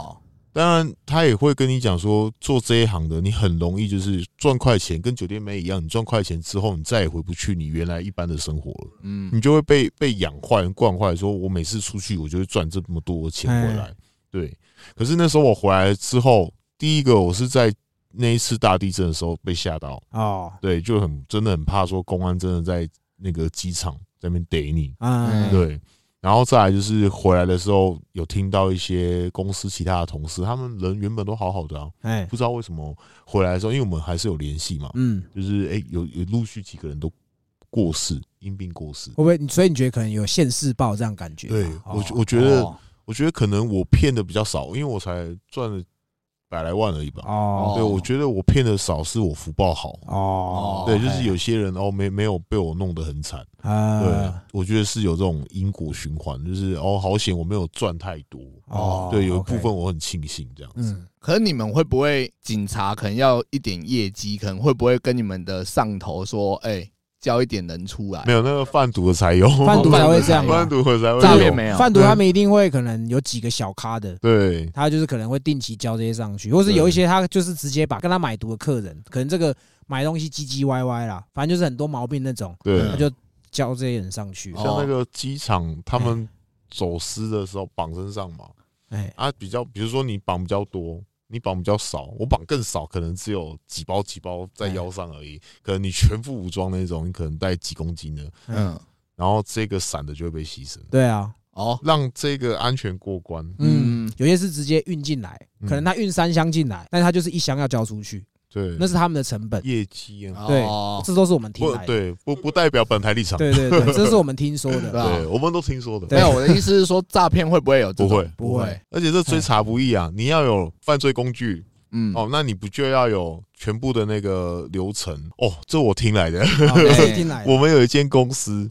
S2: 哦，
S3: 当然，他也会跟你讲说，做这一行的你很容易就是赚快钱，跟酒店妹一样，你赚快钱之后，你再也回不去你原来一般的生活了。
S2: 嗯
S3: 你就会被被养坏、惯坏，说我每次出去我就会赚这么多钱回来。对，可是那时候我回来之后，第一个我是在那一次大地震的时候被吓到，
S1: 哦，
S3: 对，就很真的很怕说公安真的在那个机场在那边逮你，
S1: 嗯，
S2: 嗯
S3: 对。然后再来就是回来的时候，有听到一些公司其他的同事，他们人原本都好好的啊，
S1: 哎，
S3: 不知道为什么回来的时候，因为我们还是有联系嘛，
S1: 嗯，
S3: 就是哎、有有陆续几个人都过世，因病过世
S1: 会。不会？你所以你觉得可能有现世报这样感觉吧？
S3: 对
S1: 哦
S3: 我觉，我觉得，
S2: 哦
S3: 我觉得可能我骗的比较少，因为我才赚了百来万而已吧。
S1: 哦
S3: 对，我觉得我骗的少，是我福报好。
S1: 哦，
S3: 对，
S2: 哦
S3: 就是有些人哦，没没有被我弄得很惨。对
S1: 啊，，
S3: 我觉得是有这种因果循环，就是哦，好险我没有赚太多。
S1: 哦
S3: 对，有一
S1: OK
S3: 部分我很庆幸这样子。
S1: 嗯，
S2: 可是你们会不会警察可能要一点业绩，可能会不会跟你们的上头说，哎，交一点人出来？
S3: 没有那个贩毒的才有，
S1: 贩毒才会这 样啊
S3: 贩
S1: 嘛。
S3: 毒的才会有
S2: 诈骗没有
S1: 贩毒他们一定会可能有几个小咖的。
S3: 对，
S1: 他就是可能会定期交这些上去，或是
S3: 对
S1: 有一些他就是直接把跟他买毒的客人，可能这个买东西唧唧歪歪啦，反正就是很多毛病那种，
S3: 对，
S1: 他就交这些人上去。
S2: 哦
S3: 像那个机场 他们走私的时候绑身上嘛，
S1: 哎，
S3: 啊，比较，比如说你绑比较多，你绑比较少，我绑更少，可能只有几包几包在腰上而已。可能你全副武装那种，你可能带几公斤的，
S2: 嗯，
S3: 然后这个散的就会被牺牲，
S1: 哎对啊，
S2: 哦，
S3: 让这个安全过关。
S1: 嗯
S2: 嗯，
S1: 有些是直接运进来，
S3: 嗯
S1: 可能他运三箱进来，但是他就是一箱要交出去，
S3: 对，
S1: 那是他们的成本，
S3: 业绩啊，
S1: 对
S2: 哦
S1: 这都是我们听
S3: 不
S1: 来的。
S3: 对，不不代表本台立场。
S1: 对对 对，这是我们听说
S2: 对
S1: 的。
S2: 啊
S3: 对，我们都听说的。
S2: 没有，我的意思是说，诈骗会不会有这种？
S3: 不会
S1: 不会，
S3: 而且这
S1: 嗯
S3: 追查不易啊，你要有犯罪工具
S2: 嗯，
S3: 哦，那你不就要有全部的那个流程哦？这我听来的。
S1: 啊都是听来的。
S3: 我们有一间公司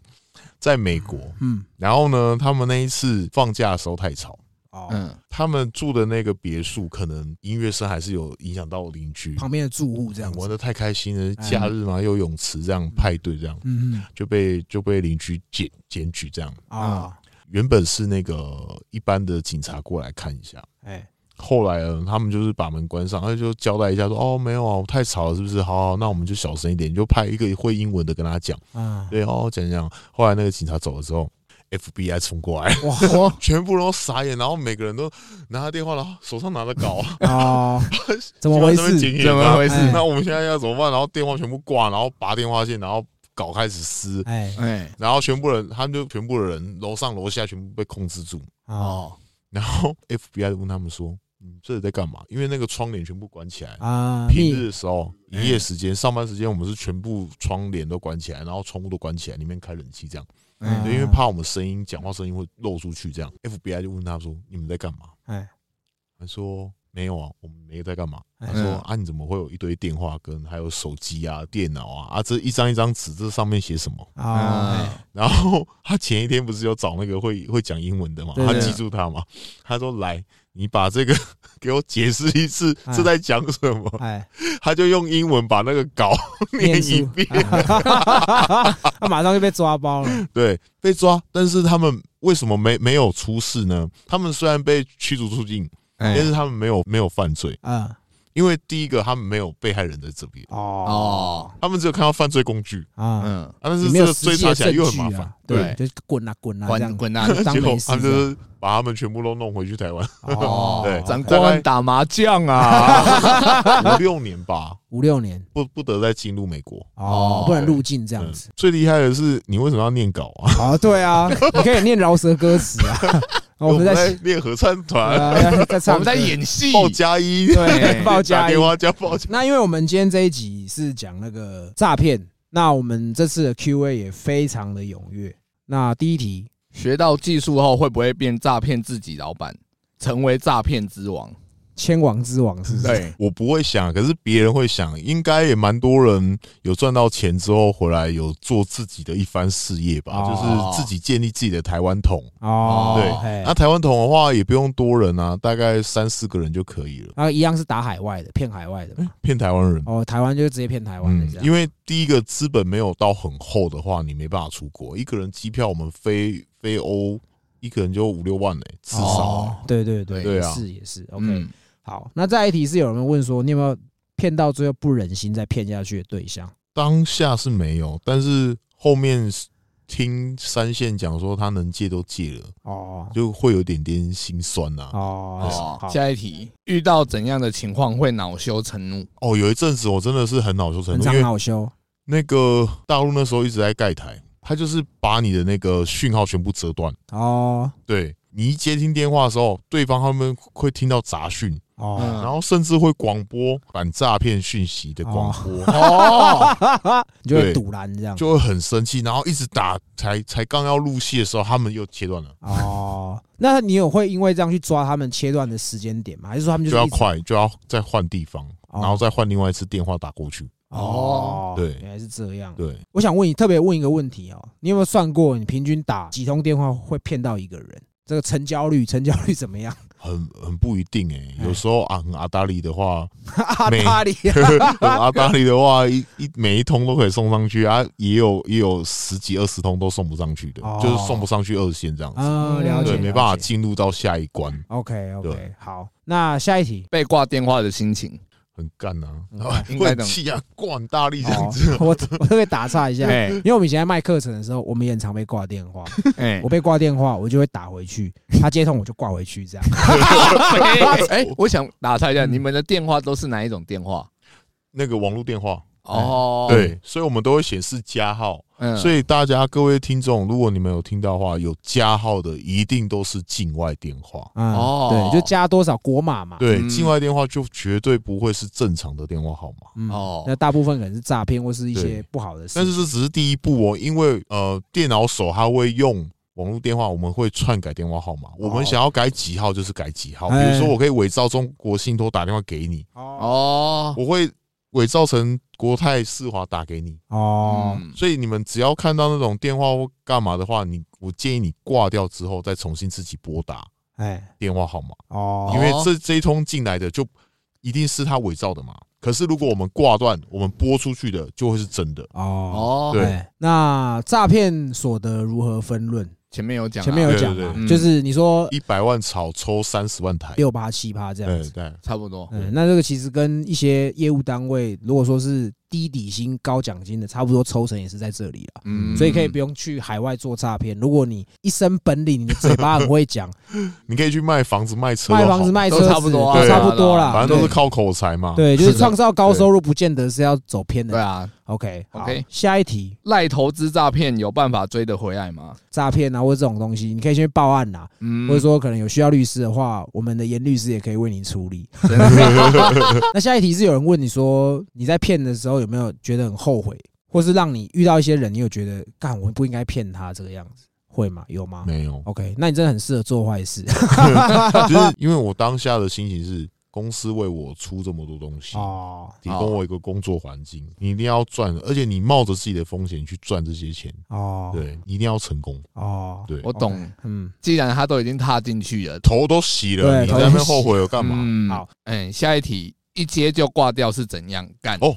S3: 在美国，
S1: 嗯，
S3: 然后呢，他们那一次放假的时候太吵，
S1: 哦，
S2: 嗯，
S3: 他们住的那个别墅可能音乐声还是有影响到邻居，
S1: 旁边的住户这样
S3: 玩
S1: 子。
S3: 的太开心了，
S1: 哎
S3: 假日嘛又有泳池这样派对这样，
S1: 嗯嗯
S3: 就被就被邻居检检举这样。
S1: 啊，
S3: 原本是那个一般的警察过来看一下，
S1: 哎
S3: 后来呢，他们就是把门关上，他就交代一下说：“哦，没有啊，我太吵了，是不是？好好那我们就小声一点，你就派一个会英文的跟他讲。
S1: 啊，
S3: 对，哦，讲讲。后来那个警察走了之后，FBI 冲过来，
S1: 哇
S3: 全部都傻眼，然后每个人都拿他电话，然后手上拿着稿，
S1: 哦， 怎么回
S3: 就在那
S1: 事？
S3: 边检验
S2: 怎么回事？
S1: 哎
S3: 那我们现在要怎么办？然后电话全部挂，然后拔电话线，然后稿开始撕，
S1: 哎，
S2: 哎，
S3: 然后全部人，他们就全部的人，楼上楼下全部被控制住。
S1: 哦
S2: 哦，
S3: 然后 FBI 就问他们说：“嗯，这是在干嘛？”因为那个窗帘全部关起来。
S1: 啊，
S3: 平
S1: 密
S3: 日的时候，营业时间、上班时间，我们是全部窗帘都关起来，然后窗户都关起来，里面开冷气这样，
S1: 嗯
S3: 对
S2: 哎，
S3: 因为怕我们声音、讲话声音会漏出去这样。FBI 就问他说：“你们在干嘛
S1: 哎，？”
S3: 他说：“没有啊，我们没在干嘛。”
S1: 哎
S3: 他说
S2: 嗯：“
S3: 啊，你怎么会有一堆电话跟还有手机啊、电脑啊？啊，这一张一张纸，这上面写什么？”
S2: 啊
S1: 哦，
S2: 哎
S3: 然后他前一天不是有找那个会会讲英文的嘛，
S1: 对
S3: 他
S1: 对
S3: 记住他嘛，他说来，你把这个给我解释一次，
S1: 哎
S3: 这在讲什么？
S1: 哎，
S3: 他就用英文把那个稿念一
S1: 书
S3: 遍，，
S1: 他马上就被抓包了，
S3: 对，被抓。但是他们为什么没没有出事呢？他们虽然被驱逐出境，但
S2: 哎
S3: 是他们没有没有犯罪，
S1: 嗯，
S3: 因为第一个他们没有被害人在这边，
S1: 哦
S2: 哦，
S3: 他们只有看到犯罪工具
S1: 啊，
S2: 嗯，
S3: 啊，但
S1: 你
S3: 是
S1: 没
S3: 这
S1: 有
S3: 个
S1: 实
S3: 追
S1: 际的
S3: 查起来
S1: 证
S3: 又很
S1: 据
S3: 麻烦
S1: 啊，，对，就是滚啊滚啊这
S2: 滚
S1: 样，
S2: 滚啊！
S1: 当
S3: 结果
S1: 没事
S3: 他们就
S1: 这样
S3: 是把他们全部都弄回去台湾，
S1: 哦，
S3: 对
S2: 长
S3: 大概
S2: 官打麻 将啊，
S3: 五六年吧，
S1: 五六年
S3: 不不得再进入美国。
S1: 哦
S2: 哦，
S1: 不能入境这样子
S3: 嗯。最厉害的是，你为什么要念稿啊？
S1: 啊，对啊，你可以念饶舌歌词 啊，我们在
S3: 在练合 唱团，
S1: 呃在
S2: 我
S1: 唱歌，
S2: 们在演戏，
S3: 报加一，
S1: 对 报
S3: 打
S1: 加一
S3: 电。话加报加。
S1: 那因为我们今天这一集是讲那个诈骗，那我们这次的 Q&A 也非常的踊跃。那第一题，
S2: 学到技术后会不会变诈骗自己老板，成为诈骗之王？
S1: 千王之王是不是？
S2: 对，
S3: 我不会想，可是别人会想，应该也蛮多人有赚到钱之后回来有做自己的一番事业吧，
S2: 哦
S3: 就是自己建立自己的台湾桶。
S1: 哦，
S3: 嗯对啊
S1: 嘿
S3: 那台湾桶的话，也不用多人啊，大概三四个人就可以了，
S1: 然后一样是打海外的，骗海外的嘛。
S3: 骗台湾人。
S1: 哦，台湾就直接骗台湾的
S3: 嗯
S1: 这，样。
S3: 因为第一个资本没有到很厚的话，你没办法出国。一个人机票我们飞飞欧，一个人就五六万嘞、至少、
S1: 哦，对对对，
S3: 对
S1: 也
S3: 啊
S1: 是也是。OK，
S2: 嗯，
S1: 好，那再一题是有人问说，你有没有骗到最后不忍心再骗下去的对象？
S3: 当下是没有，但是后面听三线讲说他能借都借了，
S1: 哦
S3: 就会有点点心酸呐、
S1: 哦，
S2: 好，
S1: 好，
S2: 下一题，遇到怎样的情况会恼羞成怒？
S3: 哦，有一阵子我真的是很恼羞成
S1: 很
S3: 怒，
S1: 常
S3: 因为
S1: 恼羞
S3: 那个大陆那时候一直在盖台，他就是把你的那个讯号全部折断。
S1: 哦
S3: 对你一接听电话的时候，对方他们会听到杂讯。
S1: 哦
S2: 嗯
S3: 然后甚至会广播反诈骗讯息的广播，
S2: 哦，
S1: 你就会
S3: 对
S1: 堵拦这样
S3: 就会很生气，然后一直打，才才刚要入戏的时候，他们又切断了，
S1: 哦。那你有会因为这样去抓他们切断的时间点吗？还是说他们就
S3: 就是要
S1: 一直
S3: 快，就要再换地方，
S1: 哦
S3: 然后再换另外一次电话打过去。
S1: 哦？
S3: 对
S1: 原来是这样。
S3: 对，
S1: 我想问你，特别问一个问题哦，你有没有算过你平均打几通电话会骗到一个人？这个成交率，成交率怎么样？
S3: 很很不一定哎、
S1: 哎
S3: 有时候啊，很阿达利的话，
S1: 阿
S3: 没
S1: 达里啊
S3: 很阿达利的话，一 一每一通都可以送上去啊，也有也有十几二十通都送不上去的，
S1: 哦
S3: 就是送不上去二线这样子，
S1: 啊，了解，
S3: 对，没办法
S1: 了解。
S3: 进入到下一关，
S1: OK OK，
S3: 对
S1: 好，那下一题。
S2: 被挂电话的心情，
S3: 很干啊
S1: 嗯啊，
S2: 应
S3: 会
S2: 该
S3: 很
S2: 的
S3: 气啊，灌很大力这样
S1: 哦
S3: 子。，
S1: 我我特别打岔一下，
S2: 哎
S1: 因为我们以前在卖课程的时候，我们也很常被挂电 话。
S2: 哎
S1: 我被挂电话，我就会打回去，他接通我就挂回去，这样。
S2: 哎，我想打岔一下，
S1: 嗯
S2: 你们的电话都是哪一种电话？
S3: 那个网络电话，
S1: 哎
S2: 哦，，
S3: 对，所以我们都会显示加号。
S2: 嗯
S3: 所以大家各位听众，如果你们有听到的话，有加号的一定都是境外电话。
S1: 嗯，
S2: 哦
S1: 对，就加多少国码嘛。
S3: 对，
S2: 嗯
S3: 境外电话就绝对不会是正常的电话号码。
S1: 嗯
S2: 哦
S1: 那大部分可能是诈骗或是一些
S3: 对
S1: 不好的事。
S3: 但是这只是第一步哦，因为呃，电脑手它会用网络电话，我们会篡改电话号
S2: 哦
S3: 码。我们想要改几号就是改几号，比
S1: 哎
S3: 如说我可以伪造中国信托打电话给你，
S1: 哦
S2: 哦
S3: 我会伪造成国泰世华打给你。
S1: 哦，
S2: 嗯
S3: 所以你们只要看到那种电话或干嘛的话，你我建议你挂掉之后再重新自己拨打
S1: 哎
S3: 电话号码，因
S1: 哦
S3: 为这这一通进来的就一定是他伪造的嘛。可是如果我们挂断，我们拨出去的就会是真的。
S1: 哦
S2: 哦，
S3: 对
S1: 哎那诈骗所得如何分论？
S2: 前面有讲啊，
S1: 前面有讲
S3: 对对
S1: 嘛，
S2: 对
S1: 就是你说
S3: 一百万炒抽三十万台，
S1: 六八七趴这样
S3: 对
S1: 子。
S3: 对，
S2: 差不多，
S1: 嗯，那这个其实跟一些业务单位，如果说是低底薪高奖金的，差不多抽成也是在这里了。
S2: 嗯，
S1: 所以可以不用去海外做诈骗。如果你一身本领，你的嘴巴很会 讲，
S3: 你可以去卖房子、卖车都好，
S1: 卖房子、卖车
S2: 都
S1: 子，
S2: 差不多啊
S1: 都
S3: 对
S1: 差不多啦。
S3: 反正都是
S1: 对
S3: 靠口才嘛。
S1: 对，就是是
S2: 的
S1: 创造高收入，不见得是要走偏
S2: 对
S1: 的。
S2: 啊，
S1: OK 好
S2: OK
S1: 下一题，
S2: 赖投资诈骗有办法追得回来吗？
S1: 诈骗啊或者这种东西，你可以先去报案啦，
S2: 嗯，
S1: 或者说可能有需要律师的话，我们的严律师也可以为你处理。
S2: 真的
S1: 那下一题是有人问你说你在骗的时候有没有觉得很后悔，或是让你遇到一些人，你有觉得干我不应该骗他这个样子，会吗？有吗
S3: 没有，
S1: ？OK，那你真的很适合做坏 事
S3: 就是因为我当下的心情是，公司为我出这么多东西，
S1: 哦
S3: 提供我一个工作环境，你一定要赚，而且你冒着自己的风险去赚这些钱，
S1: 哦
S3: 对，你一定要成功，
S1: 哦，
S3: 对，
S2: 我懂，
S1: 嗯，
S2: 既然他都已经踏进去了，
S3: 头都洗了，
S1: 对
S3: 你在那边后悔了干嘛？
S2: 嗯
S1: 好，
S2: 嗯，下一题，一接就挂掉是怎样干？
S3: 哦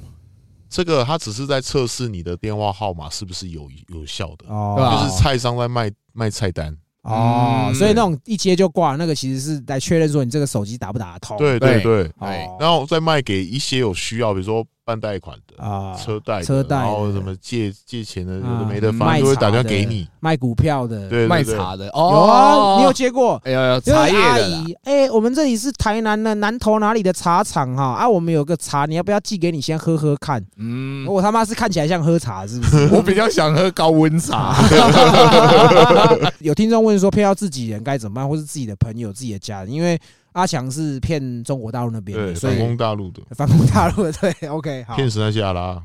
S3: 这个他只是在测试你的电话号码是不是有有效的，
S1: 哦，
S2: 对吧
S3: 就是菜商在卖卖菜单，
S1: 哦，
S2: 嗯
S1: 所以那种一接就挂，那个其实是来确认说你这个手机打不打得通。
S3: 对
S2: 对
S3: 对对，
S2: 哎
S1: 哦，
S3: 然后再卖给一些有需要，比如说办贷款的、
S1: 啊，
S3: 车贷的、
S1: 车贷的
S3: 然后什么借借钱的，有的
S1: 嗯
S3: 没的，反
S1: 卖
S3: 正就会
S1: 茶
S3: 打电话
S1: 的
S3: 给你，
S1: 卖股票的，
S3: 对，对
S2: 卖
S3: 对
S2: 茶的
S1: 有
S2: 哦，
S1: 啊，你有接过？
S2: 有有
S1: 就是
S2: 茶叶
S1: 阿
S2: 的啦，
S1: 姨，哎，我们这里是台南的南投哪里的茶厂哈啊，我们有个茶，你要不要寄给你先喝喝看？
S2: 嗯，
S1: 我他妈是看起来像喝茶是不 是？
S2: 我比较想喝高温 茶，。
S1: 有听众问说骗到自己人该怎么办，或是自己的朋友、自己的家人，因为阿强是骗中国大陆那边
S3: 对，
S1: 的，所
S3: 反
S1: 以
S3: 攻大陆的，
S1: 反攻大陆的对，OK 好，
S3: 骗死那些阿拉，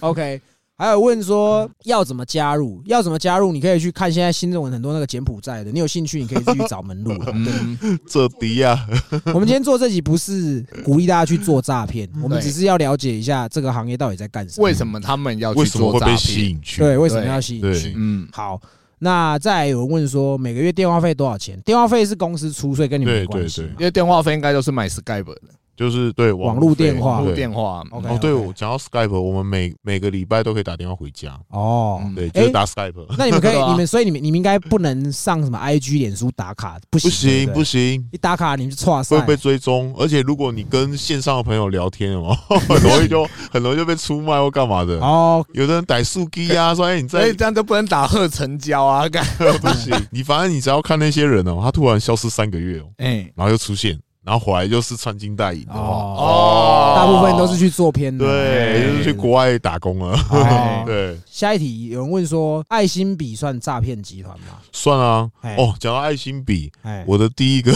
S1: OK，还有问说要怎么加入？要怎么加入？你可以去看现在新中文很多那个柬埔寨的，你有兴趣你可以自己去找门路啊了
S2: 嗯，
S3: 这迪呀，
S1: 我们今天做这集不是鼓励大家去做诈骗，我们
S2: 对
S1: 只是要了解一下这个行业到底在干什么，
S2: 为什么他们要去
S3: 为什么
S2: 做
S3: 会
S2: 诈
S3: 被吸
S2: 骗？
S3: 引去？
S1: 对，为什么要吸引
S3: 对
S1: 去？
S2: 嗯，
S1: 好，那再来有人问说每个月电话费多少钱？电话费是公司出，所以跟你们
S3: 对
S1: 没关
S3: 对
S1: 系
S3: 对
S1: 嘛。
S2: 因为电话费应该都是买 Skype 的
S3: 就是对
S1: 网络电
S3: 费
S1: 话
S2: 录
S3: 对
S2: 电话，
S1: OK
S3: 哦，对，
S1: OK
S3: 我讲到 Skype，我们每每个礼拜都可以打电话回家，
S1: 哦，
S2: 嗯
S3: 对，
S1: 哎
S3: 就是打 Skype。
S1: 那你们可
S2: 对
S1: 以，
S2: 啊
S1: 你们所以你们你们应该不能上什么 IG、脸书打卡，不行
S3: 不行不
S1: 行，
S3: 行，
S1: 一打卡你们就错
S3: 会
S1: 赛。
S3: 被追踪，而且如果你跟线上的朋友聊天哦， 很容易就很容易就被出卖或干嘛的。
S1: 哦，
S3: 有的人逮树鸡啊，说哎你
S2: 所
S3: 在哎
S2: 以这样都不能打贺成交啊， 干，
S3: 不行，你反正你只要看那些人哦，他突然消失三个月哦，
S2: 哎，
S3: 然后又出现，然后回来就是穿金戴银的话，
S2: 哦
S1: 大部分都是去做片的。
S3: 对，就是去国外打工了。
S1: 哦
S3: 对，
S1: 下一题有人问说，爱心笔算诈骗集团吗？
S3: 算啊。
S1: 哎，
S3: 哦，讲到爱心笔，
S1: 哎，
S3: 我的第一个，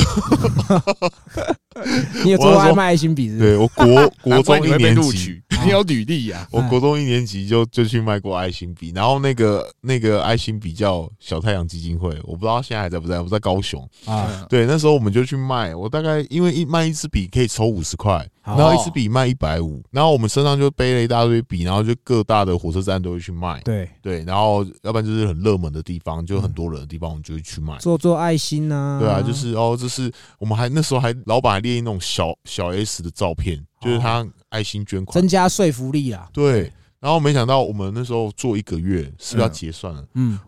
S1: 你有做
S3: 我
S1: 过
S3: 要说
S1: 爱卖爱心笔是不是？
S3: 对我 国国
S2: 嗯难怪
S3: 中
S2: 你
S3: 一
S2: 会被
S3: 年
S2: 录
S3: 级，
S2: 取， 你有履历啊呀，
S3: 我国中一年级就就去卖过爱心笔，然后那个那个爱心笔叫小太阳基金会，我不知道它现在还在不在，我在高雄。
S2: 嗯
S1: 啊，
S3: 对，那时候我们就去卖，我大概因为一卖一支笔可以抽五十块，
S1: 好
S3: 然后一支笔卖一百五，然后我们身上就背了一大堆笔，然后就各大的火车站都会去卖，
S1: 对，
S3: 对，然后要不然就是很热门的地方，就很多人的地方，我们就会去卖。
S1: 做做爱心啊，
S3: 对啊，就是哦，这是我们还那时候还老板还列那种小小 S 的照片，就是他爱心捐款
S1: 增，加说服力啊。
S3: 对。然后没想到我们那时候做一个月是不是要
S2: 嗯
S3: 结算了？
S1: 嗯，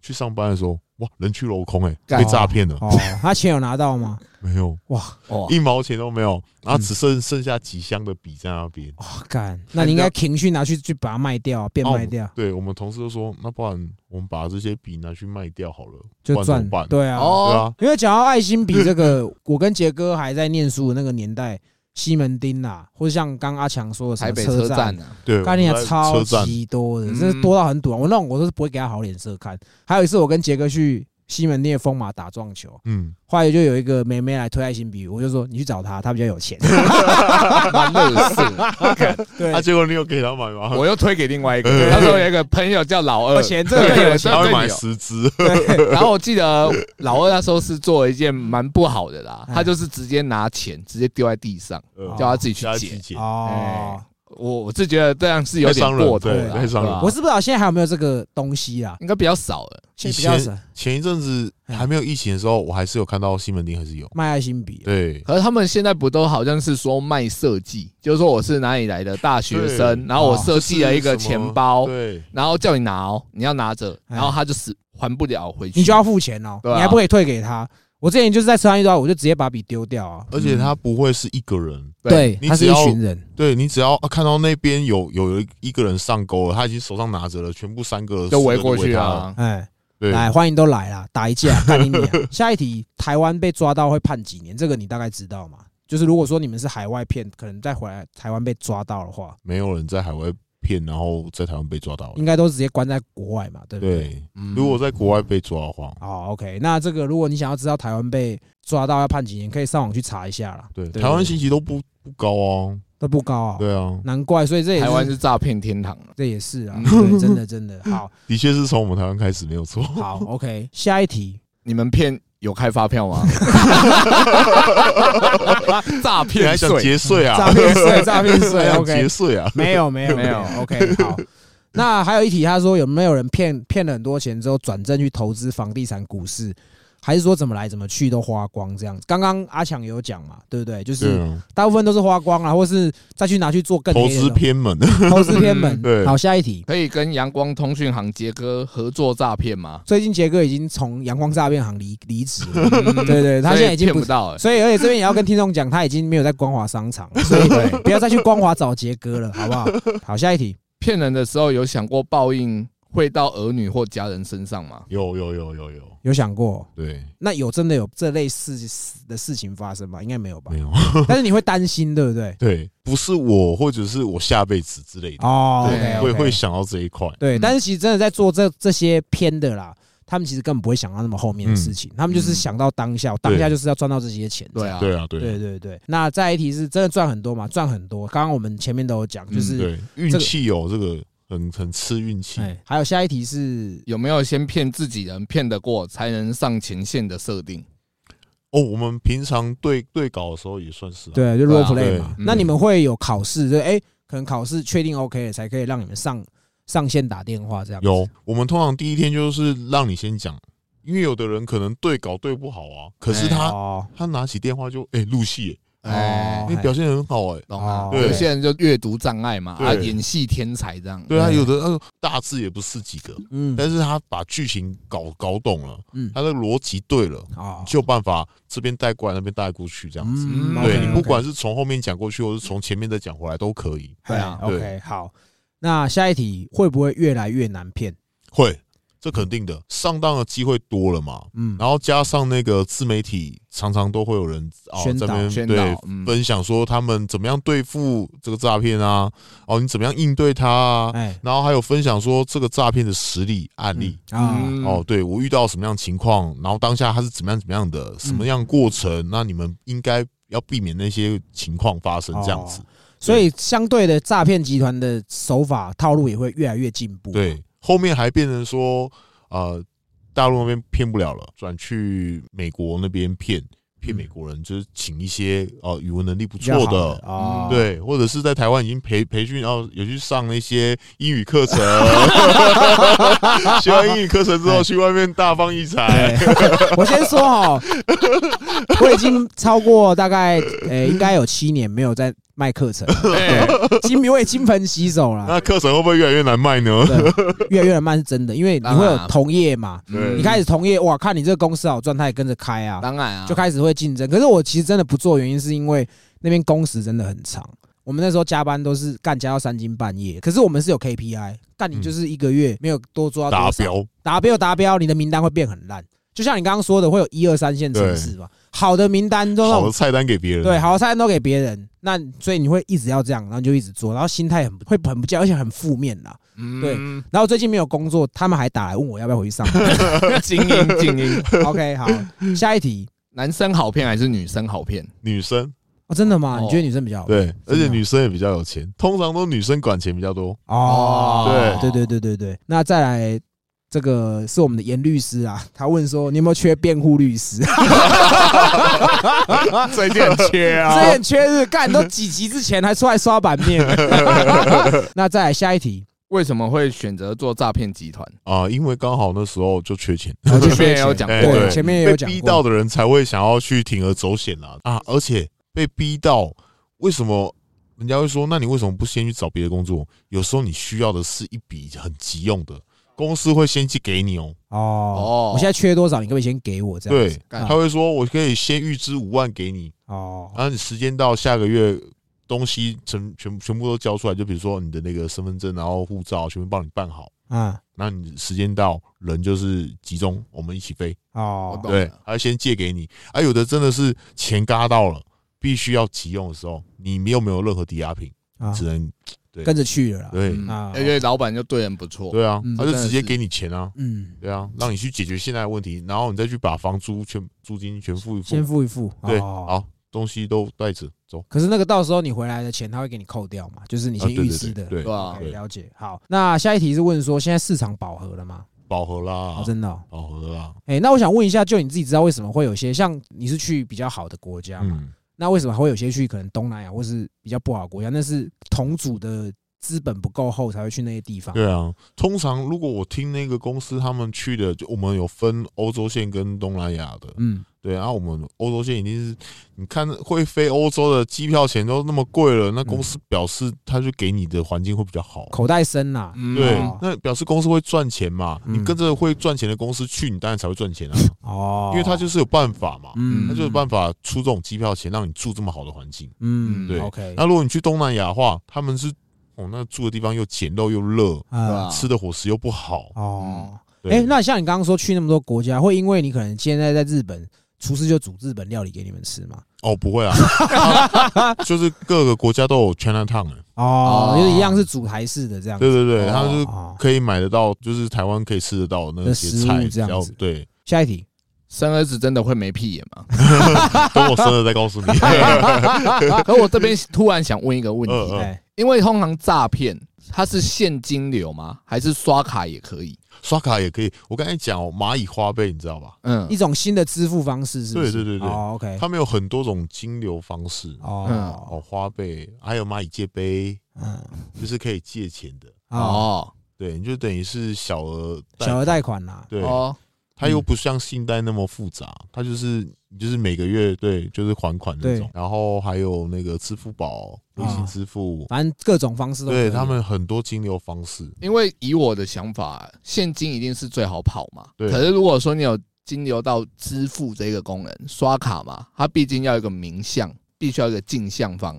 S3: 去上班的时候，哇，人去楼空哎、
S2: 干
S3: 被诈骗了，
S1: 哦，他钱有拿到吗？
S3: 没有
S1: 哇，
S2: 哦，
S3: 一毛钱都没有，然后
S1: 嗯
S3: 只剩剩下几箱的笔在那边。
S1: 哦，干，那你应该停去拿去去把它卖掉啊，变
S3: 哦
S1: 卖掉
S3: 对我们同事就说，那不然我们把这些笔拿去卖掉好了，
S1: 就
S3: 不然怎
S1: 赚
S3: 么办？，
S1: 对啊，
S3: 对
S2: 哦，
S3: 啊，
S1: 因为讲到爱 心笔这个，我跟杰哥还在念书的那个年代，西门町啊，或者像刚阿强说的什
S2: 台
S1: 么
S2: 北车
S1: 站
S2: 站啊，
S3: 对，
S1: 概念
S3: 我们在
S1: 超
S3: 车站，
S1: 级多的，
S2: 嗯
S1: 真是多到很堵啊！我那种我都是不会给他好脸色看。还有一次，我跟杰哥去西门町的风马打撞球，
S3: 嗯，
S1: 后来就有一个妹妹来推爱心笔，我就说你去找她，她比较有 钱。啊
S2: 蛮乐 事。
S1: 对
S3: 啊，，结果你有给他买 吗？
S2: 我又推给另外一个，那时候有一个朋友叫老二
S1: 有，钱这个
S2: 对
S1: 更有
S2: 对
S1: 钱。
S3: 他会
S2: 对
S3: 买
S2: 有
S3: 十支，
S2: 然后我记得老二那时候是做了一件蛮不好
S1: 嗯
S2: 的啦，他就是直接拿钱直接丢在地上，
S3: 呃
S1: 哦
S2: 叫他自己去
S3: 叫他自己
S2: 捡。啊
S3: 捡。
S1: 哦，
S2: 我我是觉得这样是有
S3: 太
S2: 点
S3: 伤人
S2: 过头
S3: 对
S2: 了，
S3: 太伤人
S2: 对吧
S1: 我是不知道现在还有没有这个东西啦，
S2: 应该比较少了。
S1: 现在比较
S3: 以
S1: 少
S3: 前一阵子
S2: 嗯
S3: 还没有疫情的时候，我还是有看到西门町还是有，
S1: 卖爱心笔。啊
S3: 对，
S2: 可是他们现在不都好像是说卖设计，就是说我是哪里来的大学生，
S3: 对哦
S2: 然后我设计了一个
S3: 就是什么
S2: 钱包，
S3: 对，
S2: 然后叫你拿哦，你要拿着，
S1: 哎
S2: 然后他就死还不了回去，
S1: 你就要付钱哦、
S2: 对啊
S1: 你还不可以退给他。我之前就是在车上遇到，啊我就直接把笔丢掉啊。
S2: 嗯
S3: 而且他不会是一个人，
S2: 对
S3: 你
S1: 他是
S3: 只
S1: 一
S3: 要
S1: 群人，
S3: 对你只要啊看到那边有有一个人上钩了，他已经手上拿着了，全部三个
S2: 就围
S3: 围
S2: 过去
S3: 他
S2: 啊
S3: 了，。
S1: 哎，
S3: 对，
S1: 来欢迎都来啦，打一架， 看你俩。下一题，台湾被抓到会判几年？这个你大概知道吗？就是如果说你们是海外骗，可能再回来台湾被抓到的话，
S3: 没有人在海外骗，然后在台湾被抓到了
S1: 应。该都直接关在国外嘛，对不嗯对？
S3: 哦对，
S2: 嗯
S3: 如果在国外被抓的话，
S1: 哦，OK，那这个如果你想要知道台湾被抓到要判几年，可以上网去查一下啦。
S3: 对，
S1: 对
S3: 台湾刑期都不不高啊。
S1: 都不高啊，
S3: 对啊，
S1: 难怪，所以这也
S2: 台湾
S1: 是
S2: 是诈骗天堂，
S1: 这也是啊，
S2: 嗯
S1: 对，真的真的好
S3: 的确是从我们台湾开始没有错。
S1: 好 OK，下一题，
S2: 你们骗有开发票 吗？诈
S3: 你还
S2: 骗
S3: 想
S2: 税
S3: 节税 啊？
S1: 诈骗税，诈骗
S3: 还
S1: 税
S3: 想
S1: ，OK，
S3: 节税啊？
S1: 没有没有
S2: 没
S1: 没
S2: 有
S1: 有，OK，好。那还有一题，他说有没有人骗骗了很多钱之后转正去投资房地产、股市，还是说怎么来怎么去都花光这样子？刚刚阿强有讲嘛，对不对？就是
S3: 对啊，
S1: 大部分都是花光了，或是再去拿去做更
S3: 投
S1: 黑的
S3: 资
S1: 东
S3: 偏门，
S1: 投资偏门。
S3: 对
S1: 好，下一题。
S2: 可以跟阳光通讯行杰哥合作诈骗吗？
S1: 最近杰哥已经从阳光诈骗行离离职了，
S2: 对
S1: 嗯对对他现在已经
S2: 骗
S1: 不
S2: 不到了，
S1: 所以而且这边也要跟听众讲，他已经没有在光华商场了，所以
S2: 对
S1: 不要再去光华找杰哥了，好不好？好，下一题。
S2: 骗人的时候有想过报应会到儿女或家人身上吗？
S3: 有有有有有，
S1: 有想过
S3: 对，
S1: 那有真的有这类似的事情发生吗？应该没有吧
S3: 没。有，
S1: 但是你会担心，对不对？
S3: 对，不是我或者是我下辈子之类的，
S1: 哦
S3: 对
S1: OK，OK，
S3: 会会想到这一块。
S1: 对。啊
S2: 嗯
S1: 但是其实真的在做这这些偏的啦，他们其实根本不会想到那么后
S3: 嗯
S1: 面的事情，他们就是想到当下，当下就是要赚到这些钱。
S2: 对。啊，
S3: 对啊，对
S1: 对
S3: 啊，
S1: 对对，那再一题是真的赚很多嘛？赚很多，刚刚我们前面都有讲，就
S2: 嗯
S1: 是、
S3: 对，运气哦，这个很很吃运气。
S1: 哎，还有下一题是
S2: 有没有先骗自己人骗得过才能上前线的设定？
S3: 哦，我们平常对对稿的时候也算是啊、
S1: 对，就
S2: 对啊
S1: role play 嘛。
S2: 对
S1: 那
S2: 嗯
S1: 你们会有考试，就哎、可能考试确定 OK 了，才可以让你们上上线打电话这样子。
S3: 有，我们通常第一天就是让你先讲，因为有的人可能对稿对不好啊，可是他、
S1: 哦
S3: 他拿起电话就哎录戏，
S2: 哎
S1: 哦，
S3: 你、表现得很好哎、
S2: 懂啊？
S1: 哦
S2: 有
S3: 对
S2: 些人就阅读障碍嘛，啊，
S3: 对
S2: 演戏天才这样。
S3: 对啊，
S1: 嗯
S3: 有的呃大字也不是几个，
S1: 嗯
S3: 但是他把剧情搞搞懂了，
S1: 嗯
S3: 他的逻辑对了，
S1: 哦
S3: 就有办法这边带过来那边带过去这样子。
S1: 嗯
S2: 嗯
S3: 对
S1: OK，
S3: 你不
S1: OK
S3: 管是从后面讲过去，或是从前面再讲回来都可以。
S2: 对啊
S1: 哎
S3: 对
S1: ，OK，好。那下一题会不会越来越难骗？
S3: 会，这肯定的，上当的机会多了嘛。
S1: 嗯，
S3: 然后加上那个自媒体，常常都会有人哦
S1: 宣
S3: 在
S1: 导
S3: 那边
S2: 宣
S3: 对
S2: 导，嗯，
S3: 分享说他们怎么样对付这个诈骗啊，哦，你怎么样应对它啊，
S1: 哎
S3: 然后还有分享说这个诈骗的实例案例。
S1: 啊，
S2: 嗯
S3: 哦，，对我遇到什么样的情况，然后当下他是怎么样怎么样的，什
S2: 嗯
S3: 么样的过程，那你们应该要避免那些情况发生，这样子
S1: 哦。所以相对的诈骗集团的手法套路也会越来越进步。
S3: 对，后面还变成说，呃，大陆那边骗不了了，转去美国那边骗骗美国人，就是请一些呃语文能力不
S1: 嗯比较
S3: 错
S1: 好
S3: 的。嗯
S1: 哦，
S3: 对，或者是在台湾已经培培训，然后有去上那些英 语课程，学完英语课程之后去外面大放异彩。
S1: 对，我先说哈，我已经超过大概呃，应该有七年没有在卖课程了，
S2: 哎
S1: 金我也金盆洗手了。
S3: 那课程会不会越来越难卖呢？
S1: 对，越来越慢是真的，因为你会有同业嘛，
S2: 嗯
S3: 对
S1: 你开始同业哇，看你这个公司好赚，他也跟着开啊，
S2: 当然啊，
S1: 就开始会竞争。可是我其实真的不做，原因是因为那边工时真的很长。我们那时候加班都是干加到三更半夜，可是我们是有 KPI，干你就是一个月没有多做到
S3: 达
S1: 多少
S3: 标，
S1: 达标达标，你的名单会变很烂。就像你刚刚说的，会有一二三线城市嘛，好的名单都那
S3: 好的
S1: 种
S3: 菜单给别人。
S1: 对好的菜单都给别人，那所以你会一直要这样，然后你就一直做，然后心态很会很不健，而且很负面啦。
S2: 嗯，
S1: 然后最近没有工作，他们还打来问我要不要回去上班。
S2: 精英精 英，
S1: OK，好，下一题
S2: 男生好骗还是女生好骗？
S3: 女生
S1: 哦，真的吗？
S2: 哦
S1: 你觉得女生比较好？
S3: 对，而
S1: 真
S3: 且
S1: 的
S3: 女生也比较有钱，通常都女生管钱比较多。
S1: 哦，
S3: 对
S1: 对对对对对。那再来这个是我们的严律师啊， 他问说你有没有缺辩护律师？
S2: 最近很缺啊
S1: 之前缺日干都几集之前还出来刷版 面。那再来下一题，
S2: 为什么会选择做诈骗集团？
S3: 啊，因为刚好那时候就缺钱，
S1: 然后就
S2: 前面
S1: 缺
S2: 也有
S1: 钱
S2: 讲
S3: 过
S1: 对，
S3: 哎对
S1: 前面也有
S3: 被
S1: 讲
S3: 逼到
S1: 过，
S3: 的人才会想要去铤而走险啦啊！而且被逼到，为什么人家会说，那你为什么不先去找别的工作？有时候你需要的是一笔很急用的，公司会先寄给你哦。
S1: 哦
S2: 哦，
S1: 我现在缺多少，你可不可以先给我这样
S3: 对
S1: 子？，
S2: 干
S1: 啊
S3: 他会说，我可以先预支五万给你，
S1: 哦，
S3: 然后你时间到下个月。东西全全全部都交出来，就比如说你的那个身份证，然后护照，全部帮你办好。
S1: 嗯，
S3: 那你时间到，人就是集中，我们一起飞。
S1: 哦
S2: 我，懂
S3: 对
S2: 了，
S3: 他先借给你，啊，有的真的是钱嘎到了，必须要急用的时候，你没有没有任何抵押品，
S1: 啊
S3: 只，能
S1: 跟着去了啦。
S3: 对
S2: 嗯
S1: 啊
S2: 而且老板就对人不错，
S3: 对啊
S1: 嗯，
S3: 他就直接
S2: 真的是
S3: 给你钱啊，
S1: 嗯，
S3: 对啊，让你去解决现在的问题，然后你再去把房租全租金全付一付
S1: 先，付一付。
S3: 对，
S1: 哦
S3: 好，东西都带着走，
S1: 可是那个到时候你回来的钱他会给你扣掉嘛，就是你
S3: 啊
S1: 先
S3: 对对
S1: 预支的。
S3: 对
S2: 对吧
S1: OK，了解。好，那下一题是问说现在市场饱和了吗？
S3: 饱和
S1: 哦
S3: 啦，，
S1: 真的、哦。
S3: 饱和啦，
S1: 哎、那我想问一下，就你自己知道为什么会有些像你是去比较好的国家嘛？
S3: 嗯，
S1: 那为什么还会有些去可能东南亚或是比较不好的国家？那是同组的资本不够厚才会去那些地方。
S3: 对啊，通常如果我听那个公司他们去的，就我们有分欧洲线跟东南亚的，
S1: 嗯，
S3: 对，然、后我们欧洲线已经是，你看会飞欧洲的机票钱都那么贵了，那公司
S2: 嗯
S3: 表示他就给你的环境会比较好，
S1: 口袋深啦、
S2: 嗯
S3: 对
S1: 哦，
S3: 那表示公司会赚钱嘛，
S1: 嗯
S3: 你跟着会赚钱的公司去，你当然才会赚钱啊，
S1: 哦，
S2: 嗯
S3: 因为他就是有办法嘛，
S1: 嗯，
S3: 他就有办法出这种机票钱让你住这么好的环境。
S1: 嗯，
S2: 对
S1: OK，
S3: 那如果你去东南亚的话，他们是哦，那住的地方又简陋又热，
S1: 啊
S2: 啊
S3: 吃的伙食又不好，
S1: 哦，
S3: 嗯对
S1: 哎、那像你刚刚说去那么多国家，会因为你可能现在在日本，厨师就煮日本料理给你们吃吗？
S3: 哦 不会啊，就是各个国家都有 China Town 的，
S1: 哦，
S2: 哦
S1: 就是一样是煮台式的这样子。
S3: 对对对，
S2: 哦
S3: 他们就是
S1: 哦，
S3: 可以买得到，就是台湾可以吃得到的那些菜，
S1: 的食物这样子
S3: 比较对，
S1: 下一题，
S2: 生儿子真的会没屁眼 吗？
S3: 等我生了再告诉你。
S2: 可我这边突然想问一个问
S3: 嗯
S2: 题，
S1: 哎、
S2: 因为通常诈骗它是现金流吗？还是刷卡也可以？
S3: 刷卡也可以，我刚才讲哦，蚂蚁花呗，你知道吧？
S2: 嗯
S1: 一，种新的支付方式是不是？
S3: 对对对对
S1: 哦，OK，
S3: 他们有很多种金流方式
S2: 嗯
S1: 哦，
S3: 哦，花呗，还有蚂蚁借呗，
S1: 嗯，
S3: 就是可以借钱的。
S1: 哦，
S2: 哦
S3: 对，你就等于是小额贷
S1: 小额嗯贷款啦，
S3: 对，
S2: 哦，
S3: 它又不像信贷那么复杂，它就是你就是每个月对，就是还款那种
S1: 对。
S3: 然后还有那个支付宝、微信
S1: 啊
S3: 支付，
S1: 反正各种方式都可以
S3: 对他们很多金流方式。
S2: 因为以我的想法，现金一定是最好跑嘛。
S3: 对
S2: 可是如果说你有金流到支付这个功能，刷卡嘛，它毕竟要有一个名项，必须要有一个镜像方。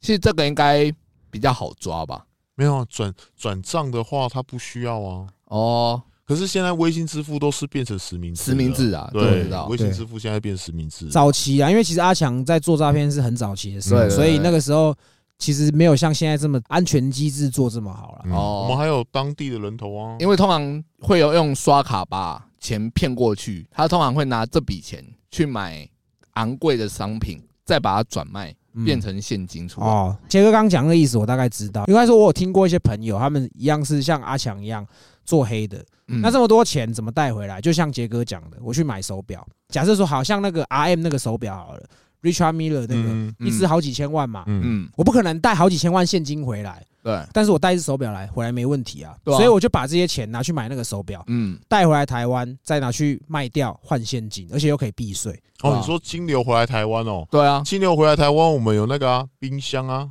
S2: 其实这个应该比较好抓吧？
S3: 没有啊转转账的话，它不需要啊。
S2: 哦，
S3: 可是现在微信支付都是变成实名制，
S2: 实名，制啊，这我
S3: 对
S2: 知，道
S3: 微。信
S1: 对
S3: 支付现在变实名制，
S1: 早期啊，因为其实阿强在做诈骗是很早期的事
S2: 对，对对
S1: 所以那个时候其实没有像现在这么安全机制做这么好了。
S3: 嗯
S2: 哦
S3: 我们还有当地的人头啊，
S2: 因为通常会有用刷卡把钱骗过去，他通常会拿这笔钱去买昂贵的商品，再把它转卖
S1: 嗯
S2: 变成现金出来。
S1: 哦，杰哥刚讲的意思我大概知道，应该说我有听过一些朋友，他们一样是像阿强一样做黑的，
S2: 嗯
S1: 那这么多钱怎么带回来？就像杰哥讲的，我去买手表，假设说好像那个 R M 那个手表好了，Richard Miller 那个
S3: 嗯
S1: 一只好几千万嘛，
S3: 嗯，
S2: 嗯，
S1: 我不可能带好几千万现金回来，
S2: 对，
S1: 但是我带一只手表来回来没问题啊，
S2: 对啊
S1: 所以我就把这些钱拿去买那个手表，
S2: 嗯，
S1: 带回来台湾，再拿去卖掉换现金，而且又可以避税。
S3: 哦，你说金流回来台湾哦，
S2: 对啊，
S3: 金流回来台湾，我们有那个啊，冰箱啊，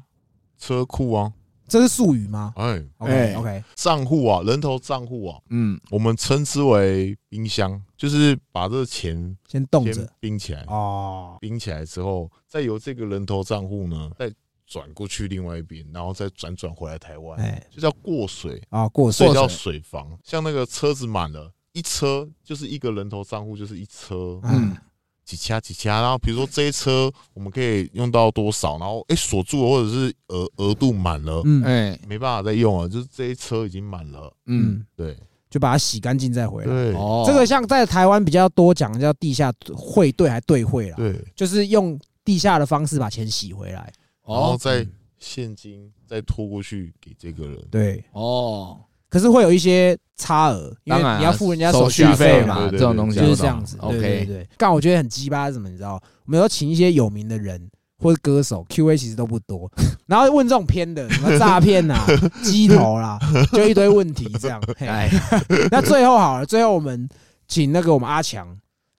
S3: 车库啊，
S1: 这是术语吗
S3: 哎，
S1: ？OK OK，
S3: 账户啊，人头账户啊，
S2: 嗯，
S3: 我们称之为冰箱，就是把这钱
S1: 先冻
S3: 先
S1: 着
S3: 冰起来，
S1: 哦。
S3: 冰起来之后，再由这个人头账户呢，再转过去另外一边，然后再转转回来台湾。
S1: 哎
S3: 就叫过水，
S1: 啊，过
S3: 所
S1: 税
S3: 以叫水房。像那个车子满了，一车就是一个人头账户，就是一车
S1: 嗯
S2: 嗯，
S3: 几掐几掐。然后比如说这一车我们可以用到多少，然后哎锁住了或者是额额度满了，
S1: 嗯
S2: 哎，
S3: 没办法再用了，就是这一车已经满了。
S2: 嗯，
S1: 嗯，
S3: 对
S1: 就把它洗干净再回来。
S3: 对
S2: 哦，
S1: 这个像在台湾比较多讲叫地下汇兑还兑汇啦，
S3: 对，
S1: 就是用地下的方式把钱洗回来。
S3: 然后
S2: 哦
S3: 再
S1: 嗯
S3: 现金再拖过去给这个人。
S1: 对，
S2: 哦，
S1: 可是会有一些差额，因为
S2: 当然啊
S1: 你要付人家
S2: 手
S1: 续
S2: 续
S1: 费
S2: 费
S1: 嘛
S2: 嘛，
S3: 对对对
S2: 这种东西
S1: 就
S3: 对
S1: 是
S3: 对
S1: 这样子。对对
S2: OK，
S1: 对，但我觉得很鸡巴是什么，你知道？我们有请一些有名的人或者歌手，Q A 其实都不多，然后问这种偏的，什么诈骗呐、鸡头啦，就一堆问题这样。嘿
S2: 哎，
S1: 那最后好了，最后我们请那个我们阿强，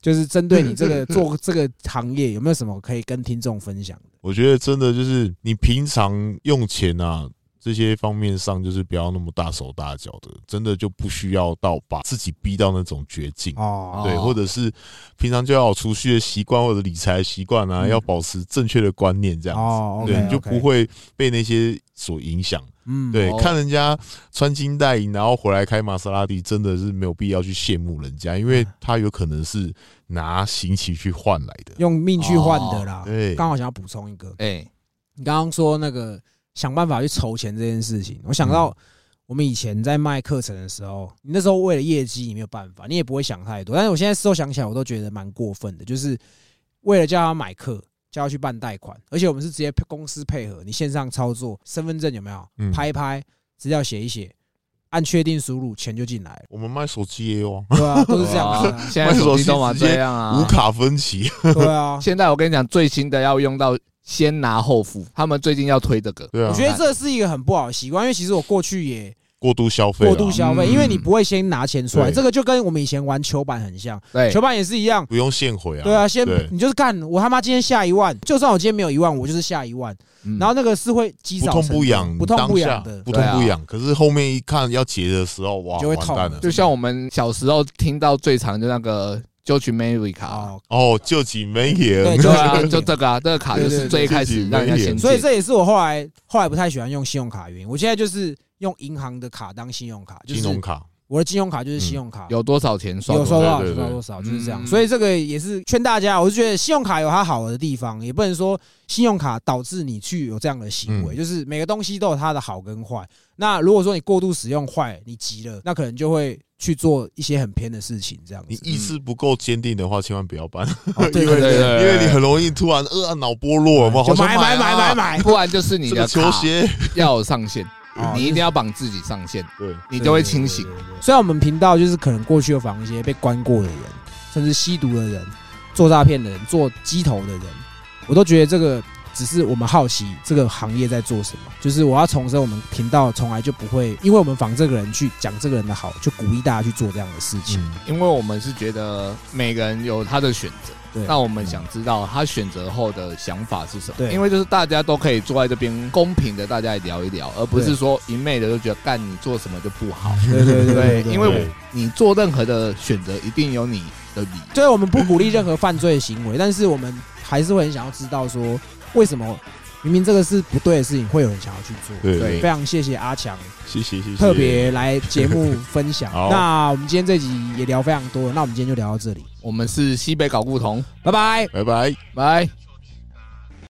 S1: 就是针对你这 个做这个行业，有没有什么可以跟听众分享的？
S3: 我觉得真的就是你平常用钱啊这些方面上，就是不要那么大手大脚的，真的就不需要到把自己逼到那种绝境。
S1: 哦，
S3: 对，
S2: 哦
S3: 或者是平常就要有储蓄的习惯或者理财的习惯啊，
S1: 嗯
S3: 要保持正确的观念，这样子，
S1: 哦
S3: 对，
S1: OK，
S3: 你就
S1: OK
S3: 不会被那些所影响。
S1: 嗯，
S3: 对，
S2: 哦
S3: 看人家穿金戴银，然后回来开玛莎拉蒂，真的是没有必要去羡慕人家，因
S1: 嗯
S3: 为他有可能是拿刑期去换来的。
S1: 用命去换的啦。
S3: 哦对，
S1: 刚好想要补充一个，
S2: 哎，
S1: 你刚刚说那个想办法去筹钱这件事情，我想到我们以前在卖课程的时候，你那时候为了业绩你没有办法，你也不会想太多。但是我现在事后想起来，我都觉得蛮过分的，就是为了叫他买课。叫他去办贷款，而且我们是直接配公司配合，你线上操作，身份证有没有
S3: 嗯？
S1: 拍一拍，资料写一写，按确定输入，钱就进来了。
S3: 我们卖手机也有啊，
S1: 对啊， 都是这样子
S2: 哇
S1: 啊。
S2: 哦现在手机都嘛这样啊
S3: 无，卡分期。
S1: 对 啊，
S2: 现在我跟你讲，最新的要用到先拿后付，他们最近要推这个。
S3: 对
S1: 我
S3: 啊
S1: 觉，得这是一个很不好的习惯，因为其实我过去也
S3: 过度消费啦，
S1: 过度消费，
S2: 嗯
S1: 因为你不会先拿钱出来，
S3: 啊对
S1: 这个就跟我们以前玩球板很像，
S2: 对
S1: 球，板也是一样。
S3: 不用现回啊。
S1: 对啊，先
S3: 对
S1: 你就是干，我他妈今天下一万，就算我今天没有一万，我就是下一万，
S2: 嗯
S1: 然后那个是会积
S3: 不
S1: 少
S3: 痛
S1: 成
S3: 不
S1: 多
S3: 痒，
S1: 不痛不
S3: 当下
S1: 痒的
S3: 不，痛
S2: 对啊
S3: 不痒。可是后面一看要结的时候，哇，
S1: 就会
S3: 完
S1: 痛
S3: 蛋了。
S2: 就像我们小时候听到最长就那个 George Mary 卡啊，
S1: 哦，
S3: 哦，救急没也
S1: 对
S2: 对啊，
S1: George Mary
S2: 就这个啊，这个卡就是最一开始让人家
S3: 嗯
S2: 先借，
S1: 所以这也是我后来后来不太喜欢用信用卡的原因。我现在就是用银行的卡当信用卡，就
S3: 金
S1: 是
S3: 融卡，嗯
S1: 我的金融卡就是信用卡，
S2: 有多少钱算
S1: 有
S2: 多
S1: 收
S2: 少。
S1: 到
S3: 对
S1: 有
S3: 对
S1: 收到
S3: 对
S1: 多少，就是这样。
S2: 嗯
S1: 所以这个也是劝大家，我是觉得信用卡有它好的地方，也不能说信用卡导致你去有这样的行为，
S3: 嗯
S1: 就是每个东西都有它的好跟坏。那如果说你过度使用坏，你急了，那可能就会去做一些很偏的事情，这样
S3: 你
S1: 子。
S3: 意志不够坚定的话，千万不 要办，
S1: 哦对
S3: 因为
S1: 嗯对对
S3: 因为你很容易突然呃脑波弱嘛，好
S1: 就
S3: 想
S1: 买买
S3: 买
S1: 买买
S3: 啊
S1: 买，
S2: 不然就是你
S3: 这
S2: 的
S3: 个
S2: 卡
S3: 球鞋，
S2: 要有上限，
S1: 哦
S2: 你一定要绑自己上限，
S3: 对，
S2: 你就会清醒
S1: 对。。对对对虽然我们频道就是可能过去有访一些被关过的人，甚至吸毒的人、做诈骗的人、做鸡头的人，我都觉得这个只是我们好奇这个行业在做什么。就是我要重申，我们频道从来就不会因为我们访这个人去讲这个人的好，就鼓励大家去做这样的事情。
S3: 嗯，
S2: 因为我们是觉得每个人有他的选择，
S1: 对，
S2: 那我们想知道他选择后的想法是什么。
S1: 对
S2: 因为就是大家都可以坐在这边公平的大家来聊一聊，而不是说一昧的就觉得干你做什么就不好。
S1: 对对对对
S2: 对
S1: 对，
S2: 因为我你做任何的选择，一定有你的理。
S1: 虽然我们不鼓励任何犯罪行为，但是我们还是会很想要知道说，为什么明明这个是不对的事情，会有人想要去做。
S3: 对
S2: 对
S1: 非常谢谢阿强。
S3: 谢谢谢谢，。
S1: 特别来节目分享
S3: 好
S1: 那我们今天这集也聊非常多，那我们今天就聊到这里，
S2: 我们是西北搞不同，
S1: 拜拜。
S3: 拜拜。
S2: 拜。